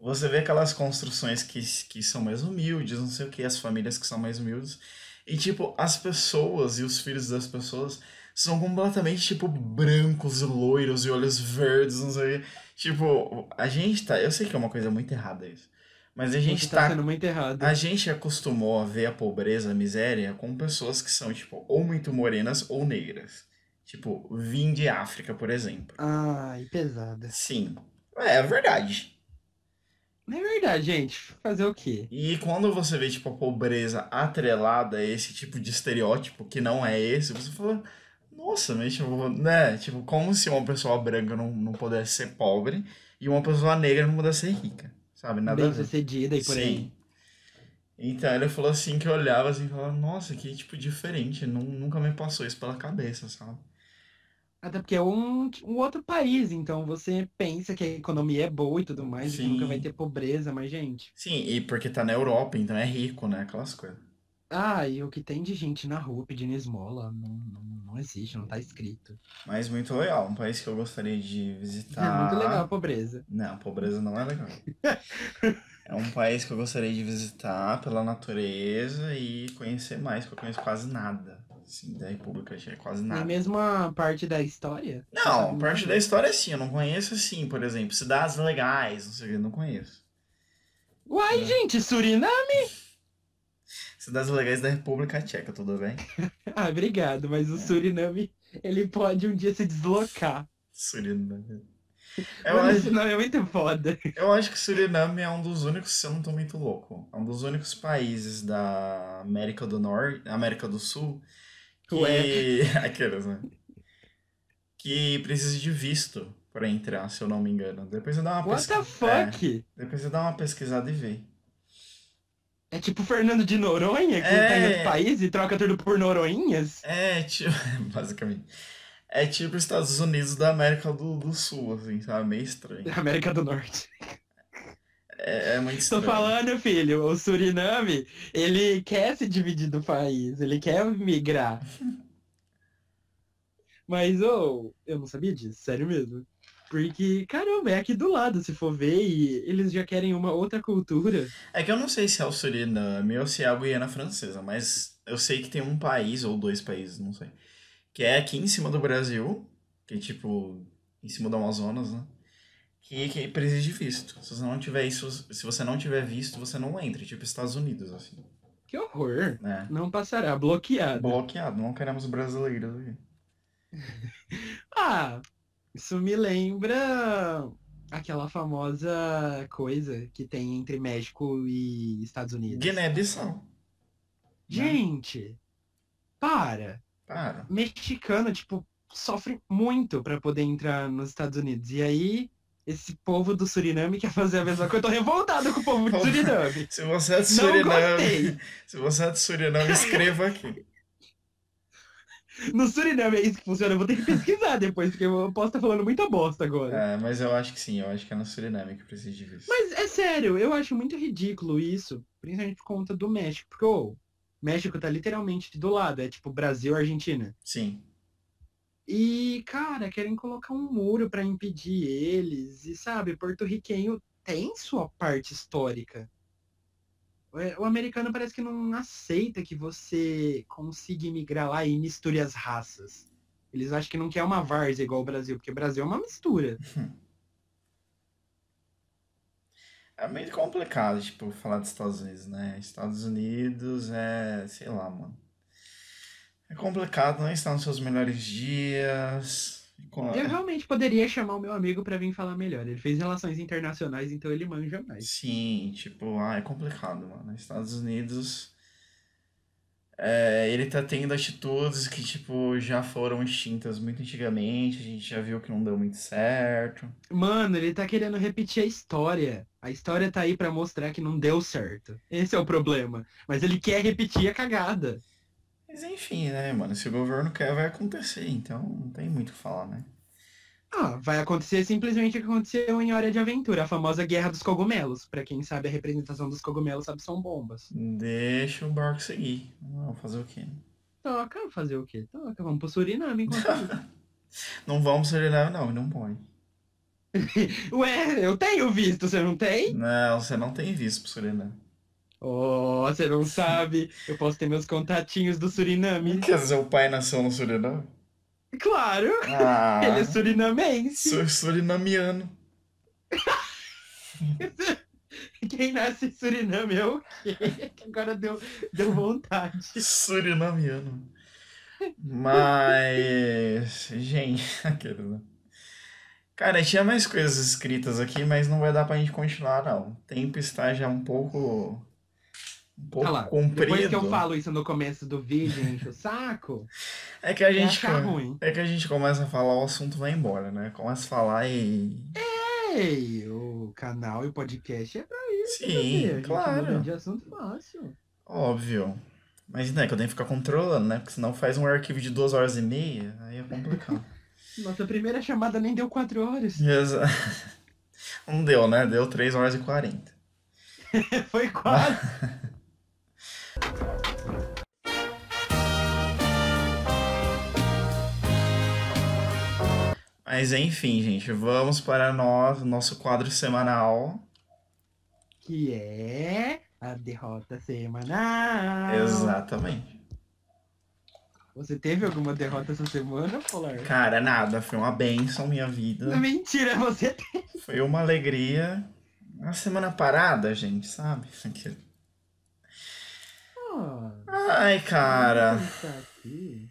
[SPEAKER 2] Você vê aquelas construções que, que são mais humildes, não sei o que, as famílias que são mais humildes. E, tipo, as pessoas e os filhos das pessoas são completamente, tipo, brancos e loiros e olhos verdes, não sei o que. Tipo, a gente tá... Eu sei que é uma coisa muito errada isso. Mas a gente
[SPEAKER 1] Você tá
[SPEAKER 2] tá
[SPEAKER 1] sendo muito errado.
[SPEAKER 2] a gente acostumou a ver a pobreza, a miséria com pessoas que são, tipo, ou muito morenas ou negras. Tipo, vim de África, por exemplo.
[SPEAKER 1] Ai, pesada.
[SPEAKER 2] Sim. É, é verdade.
[SPEAKER 1] É verdade, gente. Fazer o quê?
[SPEAKER 2] E quando você vê, tipo, a pobreza atrelada a esse tipo de estereótipo, que não é esse, você fala, nossa, mas, tipo, né? Tipo, como se uma pessoa branca não, não pudesse ser pobre e uma pessoa negra não pudesse ser rica, sabe? Nada a
[SPEAKER 1] bem
[SPEAKER 2] ver.
[SPEAKER 1] sucedida e por aí.
[SPEAKER 2] Sim. Então ele falou assim que eu olhava assim e falava, nossa, que tipo diferente, nu- nunca me passou isso pela cabeça, sabe?
[SPEAKER 1] Até porque é um, um outro país, então você pensa que a economia é boa e tudo mais, que
[SPEAKER 2] Sim.
[SPEAKER 1] nunca vai ter pobreza, mas, gente.
[SPEAKER 2] Sim, e porque tá na Europa, então é rico, né? Aquelas coisas.
[SPEAKER 1] Ah, e o que tem de gente na rua pedindo esmola não, não, não existe, não tá escrito.
[SPEAKER 2] Mas muito legal, um país que eu gostaria de visitar.
[SPEAKER 1] É muito legal a pobreza.
[SPEAKER 2] Não, pobreza não
[SPEAKER 1] *laughs*
[SPEAKER 2] é legal. é um país que eu gostaria de visitar pela natureza e conhecer mais, porque eu conheço quase nada. Assim, da República Tcheca, quase
[SPEAKER 1] Nem
[SPEAKER 2] nada.
[SPEAKER 1] mesmo a parte da história.
[SPEAKER 2] Não,
[SPEAKER 1] Sabe
[SPEAKER 2] parte
[SPEAKER 1] nada.
[SPEAKER 2] da história sim, eu não conheço assim, por exemplo, cidades legais, não sei o que, eu não conheço.
[SPEAKER 1] Uai,
[SPEAKER 2] É.
[SPEAKER 1] gente, Suriname!
[SPEAKER 2] Cidades legais da República Tcheca, tudo bem?
[SPEAKER 1] Ah, obrigado, mas
[SPEAKER 2] É.
[SPEAKER 1] o Suriname, ele pode um dia se deslocar.
[SPEAKER 2] Suriname. Eu
[SPEAKER 1] Mano, esse
[SPEAKER 2] acho,
[SPEAKER 1] nome é muito foda.
[SPEAKER 2] eu acho que Suriname é um dos únicos, se eu não tô muito louco, é um dos únicos países da América do Norte, América do Sul,
[SPEAKER 1] Ué,
[SPEAKER 2] que. *laughs* Aqueles, né? Que precisa de visto pra entrar, se eu não me engano. Depois você dá uma É.
[SPEAKER 1] what the
[SPEAKER 2] pesquisada.
[SPEAKER 1] fuck?
[SPEAKER 2] depois você dá uma pesquisada e vê.
[SPEAKER 1] É tipo o Fernando de Noronha, que
[SPEAKER 2] É.
[SPEAKER 1] tá em outro país e troca tudo por Noroinhas?
[SPEAKER 2] É, tipo, *laughs* basicamente. É tipo os Estados Unidos da América do, do Sul, assim, sabe? Meio estranho.
[SPEAKER 1] América do Norte.
[SPEAKER 2] É, é muito
[SPEAKER 1] Tô
[SPEAKER 2] estranho.
[SPEAKER 1] falando, filho, o Suriname, ele quer se dividir do país, ele quer migrar. Mas, ô, eu não sabia disso, sério mesmo. Porque, caramba, é aqui do lado, se for ver, e eles já querem uma outra cultura.
[SPEAKER 2] É que eu não sei se é o Suriname ou se é a Guiana Francesa, mas eu sei que tem um país, ou dois países, não sei, que é aqui em cima do Brasil, que é tipo, em cima do Amazonas, né? Que, que precisa de visto. Se você não tiver isso, se você não tiver visto, você não entra, tipo Estados Unidos, assim,
[SPEAKER 1] Que horror.
[SPEAKER 2] né?
[SPEAKER 1] Não passará, bloqueado.
[SPEAKER 2] Bloqueado, não queremos brasileiros aqui.
[SPEAKER 1] Ah, isso me lembra aquela famosa coisa que tem entre México e Estados Unidos.
[SPEAKER 2] né? Guiné-Bissau.
[SPEAKER 1] Gente, para.
[SPEAKER 2] Para.
[SPEAKER 1] mexicano, tipo, sofre muito pra poder entrar nos Estados Unidos. E aí, esse povo do Suriname quer fazer a mesma coisa. Eu tô revoltado com o povo do Suriname.
[SPEAKER 2] Se você é do
[SPEAKER 1] Não
[SPEAKER 2] Suriname,
[SPEAKER 1] gostei.
[SPEAKER 2] *laughs* se você é do Suriname, escreva aqui.
[SPEAKER 1] No Suriname é isso que funciona. Eu vou ter que pesquisar depois, porque eu posso estar falando muita bosta agora.
[SPEAKER 2] É, mas eu acho que sim, eu acho que é no Suriname que precisa de visto.
[SPEAKER 1] Mas é sério, eu acho muito ridículo isso, principalmente por conta do México, porque ô, o México tá literalmente do lado, é tipo Brasil, Argentina.
[SPEAKER 2] Sim.
[SPEAKER 1] E, cara, querem colocar um muro pra impedir eles. E, sabe, porto-riquenho tem sua parte histórica. É, O americano parece que não aceita que você consiga imigrar lá e misture as raças. Eles acham que não quer uma várzea igual o Brasil, porque o Brasil é uma mistura.
[SPEAKER 2] É meio complicado, tipo, falar dos Estados Unidos, né? Estados Unidos é, sei lá, mano. É complicado, não está nos seus melhores dias. Com-
[SPEAKER 1] Eu realmente poderia chamar o meu amigo pra vir falar melhor. Ele fez relações internacionais, então ele manja mais.
[SPEAKER 2] Sim, tipo, ah, é complicado, mano. Estados Unidos, é, ele tá tendo atitudes que, tipo, já foram extintas muito antigamente, a gente já viu que não deu muito certo.
[SPEAKER 1] Mano, ele tá querendo repetir a história. A história tá aí pra mostrar que não deu certo. Esse é o problema. Mas ele quer repetir a cagada.
[SPEAKER 2] Mas enfim, né, mano? Se o governo quer, vai acontecer, então não tem muito o que falar, né?
[SPEAKER 1] Ah, vai acontecer simplesmente o que aconteceu em Hora de Aventura, a famosa Guerra dos Cogumelos. Pra quem sabe, a representação dos cogumelos sabe são bombas.
[SPEAKER 2] Deixa o barco seguir. Não, fazer o quê?
[SPEAKER 1] Toca, fazer o quê? Toca, vamos pro Suriname enquanto isso.
[SPEAKER 2] Não vamos ser nada, não, não põe.
[SPEAKER 1] Ué, eu tenho visto, você não tem?
[SPEAKER 2] Não, você não tem visto pro Suriname.
[SPEAKER 1] Oh, você não sabe. Eu posso ter meus contatinhos do Suriname.
[SPEAKER 2] Quer dizer, o pai nasceu no Suriname?
[SPEAKER 1] Claro,
[SPEAKER 2] Ah,
[SPEAKER 1] ele é surinaменse.
[SPEAKER 2] su- surinamiano.
[SPEAKER 1] Quem nasce em Suriname é o quê? Que Agora deu, deu vontade.
[SPEAKER 2] Surinamiano. Mas. Gente, *laughs* aquele, né? Cara, tinha mais coisas escritas aqui, mas não vai dar pra gente continuar, não. O tempo está já um pouco. Um pouco
[SPEAKER 1] Olha lá,
[SPEAKER 2] comprido.
[SPEAKER 1] depois que eu falo isso no começo do vídeo, enche o saco,
[SPEAKER 2] é que *laughs* a
[SPEAKER 1] vai
[SPEAKER 2] gente.
[SPEAKER 1] achar ruim.
[SPEAKER 2] É que a gente começa a falar, o assunto vai embora, né? Começa a falar e.
[SPEAKER 1] Ei, o canal e o podcast é pra
[SPEAKER 2] Sim,
[SPEAKER 1] ver, a gente muda
[SPEAKER 2] claro.
[SPEAKER 1] de assunto fácil.
[SPEAKER 2] Óbvio. Mas né, que eu tenho que ficar controlando, né? Porque senão faz um arquivo de duas horas e meia, aí
[SPEAKER 1] *laughs*
[SPEAKER 2] é complicado.
[SPEAKER 1] Nossa primeira chamada nem deu quatro horas. *laughs*
[SPEAKER 2] Exa- *laughs* Não deu, né? Deu três horas e quarenta.
[SPEAKER 1] Foi quase.
[SPEAKER 2] *laughs* Mas enfim, gente, vamos para nós, nosso quadro semanal.
[SPEAKER 1] Que é a derrota semanal.
[SPEAKER 2] Exatamente.
[SPEAKER 1] Você teve alguma derrota essa semana, Polar?
[SPEAKER 2] Cara, nada, foi uma benção minha vida.
[SPEAKER 1] Mentira, você
[SPEAKER 2] Foi uma alegria. Uma semana parada, gente, sabe? Aquele-
[SPEAKER 1] tem.
[SPEAKER 2] Ai,
[SPEAKER 1] Deixa
[SPEAKER 2] cara.
[SPEAKER 1] eu pensar aqui.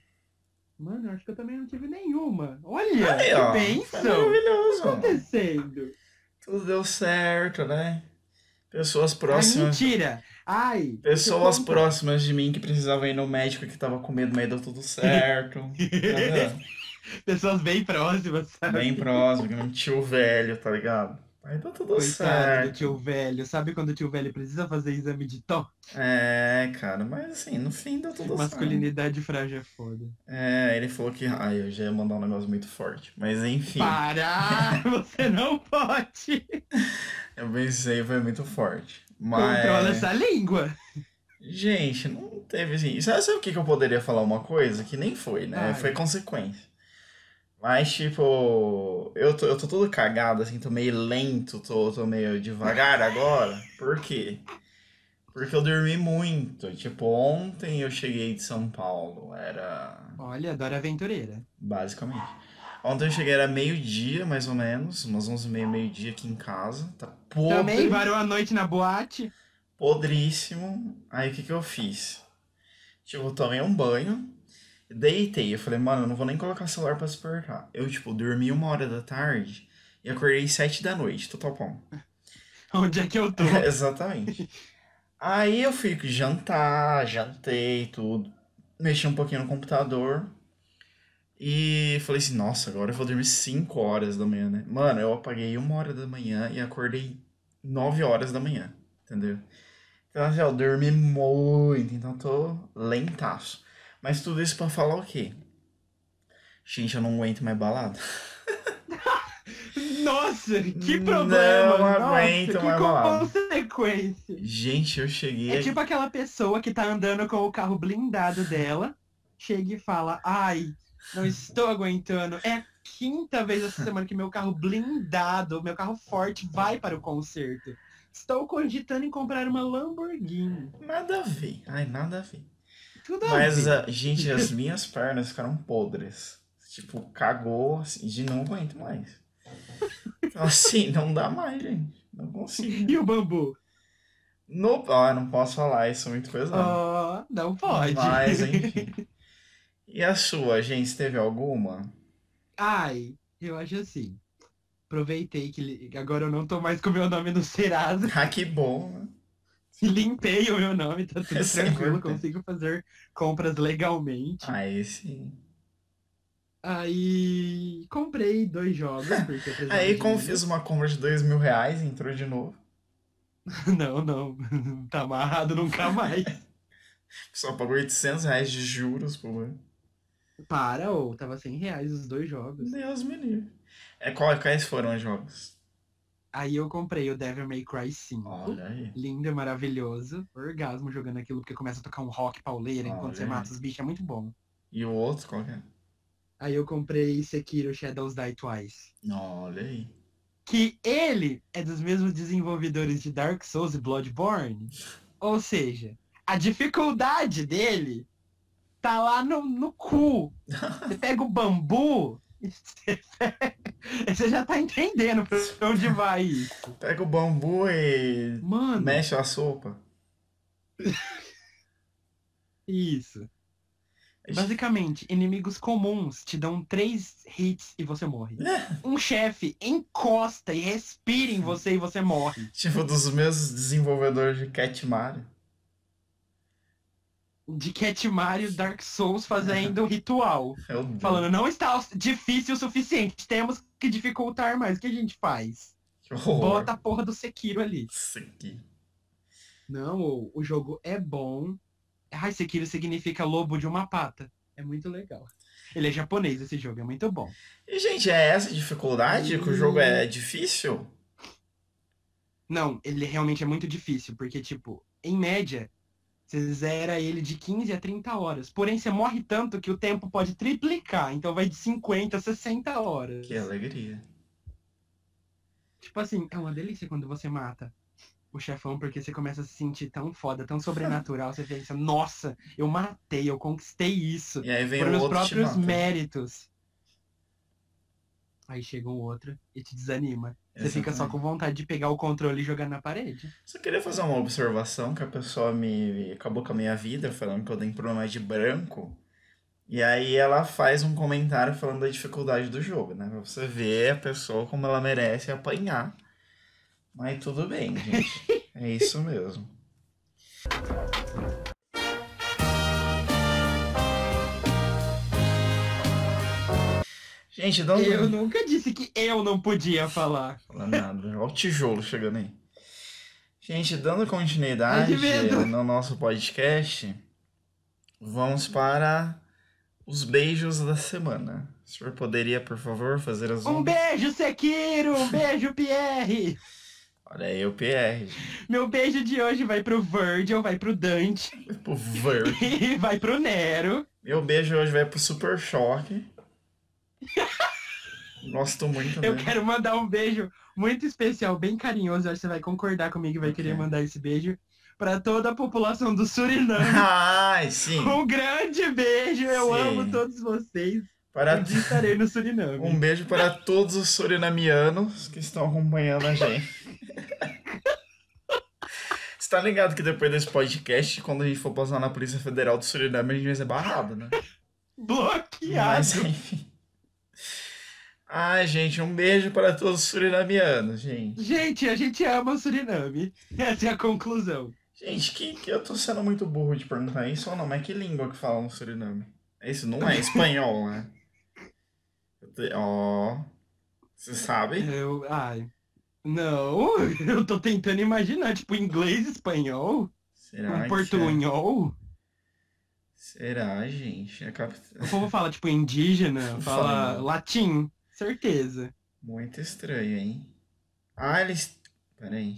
[SPEAKER 1] Mano, eu acho que eu também não tive nenhuma. Olha,
[SPEAKER 2] Aí, ó.
[SPEAKER 1] que
[SPEAKER 2] Foi
[SPEAKER 1] bênção! O que
[SPEAKER 2] maravilhoso.
[SPEAKER 1] tá acontecendo? Ah,
[SPEAKER 2] Tudo deu certo, né? Pessoas
[SPEAKER 1] Ai,
[SPEAKER 2] próximas.
[SPEAKER 1] Ah, mentira! Ai! deixa eu
[SPEAKER 2] Pessoas
[SPEAKER 1] contar.
[SPEAKER 2] próximas de mim que precisavam ir no médico que tava com medo, mas deu
[SPEAKER 1] *laughs*
[SPEAKER 2] tudo certo. Tá
[SPEAKER 1] *laughs* Pessoas bem próximas,
[SPEAKER 2] vendo?
[SPEAKER 1] sabe?
[SPEAKER 2] Bem próximo, que um tio velho, tá ligado? Aí tá
[SPEAKER 1] Coitado
[SPEAKER 2] tudo
[SPEAKER 1] do
[SPEAKER 2] certo.
[SPEAKER 1] tio velho. Sabe quando o tio velho precisa fazer exame de toque?
[SPEAKER 2] É, cara, mas assim, no fim deu tudo certo.
[SPEAKER 1] Masculinidade frágil é foda.
[SPEAKER 2] É, ele falou que. Ai, eu já ia mandar um negócio muito forte. Mas enfim, *laughs*
[SPEAKER 1] Para! Você não pode!
[SPEAKER 2] eu pensei, foi muito forte.
[SPEAKER 1] Controla
[SPEAKER 2] Mas. é.
[SPEAKER 1] essa língua!
[SPEAKER 2] Gente, não teve assim. Sabe, sabe o que que eu poderia falar uma coisa? Que nem foi, né?
[SPEAKER 1] Ai.
[SPEAKER 2] Foi consequência. Mas, tipo, eu tô, eu tô todo cagado, assim, tô meio lento, tô, tô meio devagar agora. Por quê? Porque eu dormi muito. Tipo, ontem eu cheguei de São Paulo, era.
[SPEAKER 1] Olha, Dora Aventureira.
[SPEAKER 2] Basicamente. Ontem eu cheguei, era meio-dia, mais ou menos, umas 11 e meia, meio-dia aqui em casa. Tá podre,
[SPEAKER 1] Também varou a noite na boate.
[SPEAKER 2] podríssimo. Aí o que que eu fiz? Tipo, eu tomei um banho, deitei. Eu falei, mano, eu não vou nem colocar celular pra despertar. Eu, tipo, dormi uma hora da tarde e acordei sete da noite, total pão.
[SPEAKER 1] Onde é que
[SPEAKER 2] *laughs*
[SPEAKER 1] eu tô?
[SPEAKER 2] Exatamente. Aí eu fui jantar, jantei, tudo. Mexi um pouquinho no computador. E falei assim, nossa, agora eu vou dormir 5 horas da manhã, né? Mano, eu apaguei uma hora da manhã e acordei 9 horas da manhã, entendeu? Então, assim, ó, eu dormi muito, então tô lentaço. Mas tudo isso pra falar o quê? Gente, eu não aguento
[SPEAKER 1] *laughs*
[SPEAKER 2] mais balada.
[SPEAKER 1] Nossa, que
[SPEAKER 2] Não
[SPEAKER 1] problema!
[SPEAKER 2] aguento mais balada.
[SPEAKER 1] Nossa, que consequência!
[SPEAKER 2] Gente, eu cheguei.
[SPEAKER 1] É
[SPEAKER 2] aqui-
[SPEAKER 1] tipo aquela pessoa que tá andando com o carro blindado dela, chega e fala, ai, não estou aguentando. É a quinta vez essa semana que meu carro blindado, meu carro forte, vai para o concerto. Estou cogitando em comprar uma Lamborghini.
[SPEAKER 2] Nada a ver. Ai, nada a ver.
[SPEAKER 1] Tudo
[SPEAKER 2] Mas,
[SPEAKER 1] a... ver.
[SPEAKER 2] a- gente, as minhas pernas ficaram podres. Tipo, cagou, assim, de não aguento mais. Então, assim, não dá mais, gente. Não consigo.
[SPEAKER 1] E o bambu?
[SPEAKER 2] No... Ah, não posso falar, isso é muito pesado.
[SPEAKER 1] Ó, não Ah, pode. *laughs*
[SPEAKER 2] Mas, enfim. E a sua, gente, teve alguma? *laughs*
[SPEAKER 1] Ai, eu acho assim. Aproveitei que li- agora eu não tô mais com o meu nome no Serasa.
[SPEAKER 2] Ah, que bom, né?
[SPEAKER 1] Limpei o meu nome, tá tudo
[SPEAKER 2] *laughs* Isso é
[SPEAKER 1] tranquilo,
[SPEAKER 2] importante. Ah.
[SPEAKER 1] consigo fazer compras legalmente.
[SPEAKER 2] Aí sim.
[SPEAKER 1] Aí comprei dois jogos,
[SPEAKER 2] *laughs*
[SPEAKER 1] porque eu precisava
[SPEAKER 2] Aí,
[SPEAKER 1] de
[SPEAKER 2] como
[SPEAKER 1] dinheiro.
[SPEAKER 2] fiz uma compra de dois mil reais, entrou de novo.
[SPEAKER 1] *laughs* Não, não. *laughs* Tá amarrado nunca
[SPEAKER 2] *laughs*
[SPEAKER 1] mais.
[SPEAKER 2] Só pagou 800 reais de juros por ano.
[SPEAKER 1] Para, ou tava 100 reais os dois jogos.
[SPEAKER 2] Deus me livre. É, qual- quais foram os jogos?
[SPEAKER 1] Aí eu comprei o Devil May Cry 5.
[SPEAKER 2] Olha aí.
[SPEAKER 1] Lindo e maravilhoso. Orgasmo jogando aquilo, porque começa a tocar um rock pauleira enquanto
[SPEAKER 2] Olha
[SPEAKER 1] você
[SPEAKER 2] aí.
[SPEAKER 1] mata os bichos, é muito bom.
[SPEAKER 2] E o outro, qual que é?
[SPEAKER 1] Aí eu comprei Sekiro Shadows Die Twice.
[SPEAKER 2] Olha aí.
[SPEAKER 1] Que ele é dos mesmos desenvolvedores de Dark Souls e Bloodborne. Ou seja, a dificuldade dele tá lá no, no cu. Você pega o bambu e você, pega- *laughs* você já tá entendendo pra onde vai isso.
[SPEAKER 2] Pega o bambu e
[SPEAKER 1] Mano,
[SPEAKER 2] mexe a sopa.
[SPEAKER 1] isso. Basicamente, inimigos comuns te dão três hits e você morre.
[SPEAKER 2] Né?
[SPEAKER 1] Um chefe encosta e respira em você e você morre.
[SPEAKER 2] Tipo, dos mesmos desenvolvedores de Cat Mario.
[SPEAKER 1] De Cat Mario Dark Souls fazendo ritual.
[SPEAKER 2] É o Deus.
[SPEAKER 1] Uhum. Falando, não está difícil o suficiente, temos que dificultar mais. O que a gente faz?
[SPEAKER 2] Que horror.
[SPEAKER 1] Bota a porra do Sekiro ali.
[SPEAKER 2] Isso aqui.
[SPEAKER 1] Não, o, o jogo é bom. Ai, Sekiro significa lobo de uma pata. É muito legal. Ele é japonês, esse jogo, é muito bom.
[SPEAKER 2] E, gente, é essa a dificuldade? Que o jogo é difícil?
[SPEAKER 1] Não, ele realmente é muito difícil, porque, tipo, em média, você zera ele de 15 a 30 horas. Porém, você morre tanto que o tempo pode triplicar. Então vai de 50 a 60 horas.
[SPEAKER 2] Que alegria.
[SPEAKER 1] Tipo assim, é uma delícia quando você mata o chefão, porque você começa a se sentir tão foda, tão sobrenatural. Você pensa, nossa, eu matei, eu conquistei isso.
[SPEAKER 2] E aí vem
[SPEAKER 1] Por
[SPEAKER 2] o
[SPEAKER 1] meus
[SPEAKER 2] outro te
[SPEAKER 1] próprios
[SPEAKER 2] mata.
[SPEAKER 1] méritos. Aí chega um outro e te desanima. Você fica assim, só
[SPEAKER 2] Exatamente.
[SPEAKER 1] com vontade de pegar o controle e jogar na parede.
[SPEAKER 2] Só queria fazer uma observação que a pessoa me acabou com a minha vida falando que eu tenho problema de branco. E aí ela faz um comentário falando da dificuldade do jogo, né? Pra você ver a pessoa como ela merece apanhar. Mas tudo bem, gente. É isso mesmo. Gente, dá um.
[SPEAKER 1] Eu nunca disse que eu não podia falar.
[SPEAKER 2] Fala nada. Olha o tijolo chegando aí. Gente, dando continuidade
[SPEAKER 1] Ai, que medo.
[SPEAKER 2] no nosso podcast, vamos para os beijos da semana. O senhor poderia, por favor, fazer as
[SPEAKER 1] Um
[SPEAKER 2] honras?
[SPEAKER 1] beijo, Sekiro! Um beijo, Pierre!
[SPEAKER 2] Olha aí o PR.
[SPEAKER 1] Meu beijo de hoje vai pro Virgil, vai pro Dante *laughs*
[SPEAKER 2] Tipo, ver.
[SPEAKER 1] e vai pro Nero.
[SPEAKER 2] Meu beijo hoje vai pro Super
[SPEAKER 1] *laughs*
[SPEAKER 2] Choque. Gosto muito né?
[SPEAKER 1] Eu
[SPEAKER 2] dele.
[SPEAKER 1] quero mandar um beijo muito especial, bem carinhoso. Acho que você vai concordar comigo e vai
[SPEAKER 2] Ok.
[SPEAKER 1] querer mandar esse beijo pra toda a população do
[SPEAKER 2] *laughs*
[SPEAKER 1] Suriname.
[SPEAKER 2] Ai, sim.
[SPEAKER 1] Um grande beijo, eu
[SPEAKER 2] Sim.
[SPEAKER 1] amo todos vocês.
[SPEAKER 2] Para
[SPEAKER 1] Um dia estarei no Suriname.
[SPEAKER 2] *laughs* Um beijo para todos os surinamianos que estão acompanhando a gente. Você tá ligado que depois desse podcast, quando a gente for passar na Polícia Federal do Suriname, a gente vai ser barrado, né?
[SPEAKER 1] Bloqueado.
[SPEAKER 2] Mas, enfim. Ai, gente, um beijo para todos os surinamianos, gente.
[SPEAKER 1] Gente, a gente ama o Suriname. Essa é a conclusão.
[SPEAKER 2] Gente, que, que eu tô sendo muito burro de perguntar isso ou não, mas que língua que fala no Suriname? Isso não é espanhol, né? Eu te- Ó. Você sabe?
[SPEAKER 1] Eu, ai. Não, *laughs* eu tô tentando imaginar, tipo, inglês, espanhol,
[SPEAKER 2] Será que
[SPEAKER 1] um
[SPEAKER 2] é?
[SPEAKER 1] portunhol.
[SPEAKER 2] Será, gente? É cap...
[SPEAKER 1] O povo fala, tipo, indígena, fala
[SPEAKER 2] Fala.
[SPEAKER 1] latim, certeza.
[SPEAKER 2] Muito estranho, hein? Ah, eles. Peraí.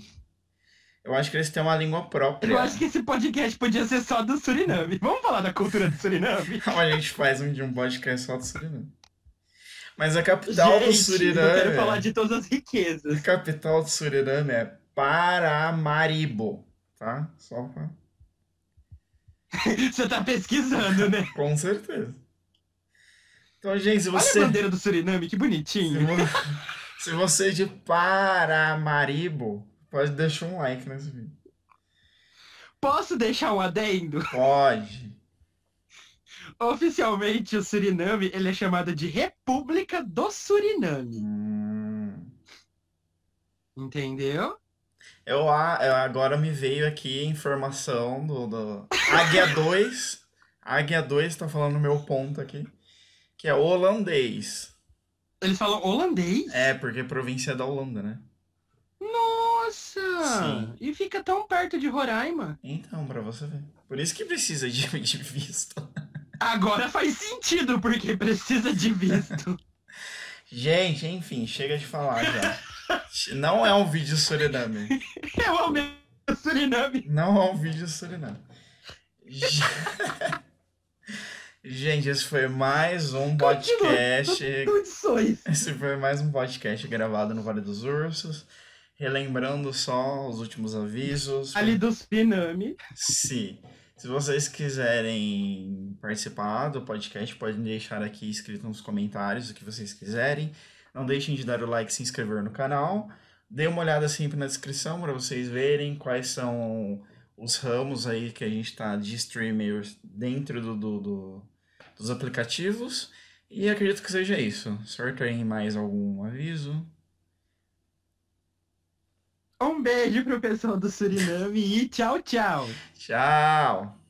[SPEAKER 2] Eu acho que eles têm uma língua própria.
[SPEAKER 1] Eu
[SPEAKER 2] *laughs*
[SPEAKER 1] acho que esse podcast podia ser só do Suriname. Vamos falar da cultura do Suriname?
[SPEAKER 2] A gente faz um de um podcast só do Suriname. Mas a capital do
[SPEAKER 1] Gente, Eu quero
[SPEAKER 2] Tá Suriname.
[SPEAKER 1] falar de todas as riquezas.
[SPEAKER 2] A capital do Suriname é Paramaribo. Tá? Só pra.
[SPEAKER 1] Você tá pesquisando, né?
[SPEAKER 2] Com certeza. Então, gente, se você.
[SPEAKER 1] Olha a bandeira do Suriname, que
[SPEAKER 2] Se
[SPEAKER 1] bonitinho.
[SPEAKER 2] vo- *laughs* Se você é de Paramaribo, pode deixar um like nesse vídeo.
[SPEAKER 1] Posso deixar um adendo?
[SPEAKER 2] Pode.
[SPEAKER 1] Oficialmente, o Suriname ele é chamado de República do Suriname.
[SPEAKER 2] Hum.
[SPEAKER 1] Entendeu?
[SPEAKER 2] Eu, a- eu- agora me veio aqui a informação do, do... Águia 2. Águia 2 tá falando meu ponto aqui. Que é holandês.
[SPEAKER 1] Eles falam holandês?
[SPEAKER 2] É, porque a província é da Holanda, né?
[SPEAKER 1] Nossa!
[SPEAKER 2] Sim.
[SPEAKER 1] E fica tão perto de Roraima.
[SPEAKER 2] Então, pra você ver. Por isso que precisa de, *laughs* de visto.
[SPEAKER 1] Agora faz sentido, porque precisa de visto. *laughs*
[SPEAKER 2] Gente, enfim, chega de falar já. Não é um vídeo Suriname.
[SPEAKER 1] Eu amei o Suriname.
[SPEAKER 2] Não é um vídeo Suriname. Ge- *laughs* Gente, esse foi mais um podcast.
[SPEAKER 1] Condições.
[SPEAKER 2] Esse foi mais um podcast gravado no Vale dos Ursos. Relembrando só os últimos avisos.
[SPEAKER 1] Ali do Suriname.
[SPEAKER 2] Sim. Se vocês quiserem participar do podcast, podem deixar aqui escrito nos comentários o que vocês quiserem. Não deixem de dar o like e se inscrever no canal. Dê uma olhada sempre na descrição para vocês verem quais são os ramos aí que a gente está de streamers dentro do, do- do- dos aplicativos. E acredito que seja isso. Certo aí mais algum aviso?
[SPEAKER 1] Um beijo pro pessoal do Suriname e tchau, tchau.
[SPEAKER 2] Tchau!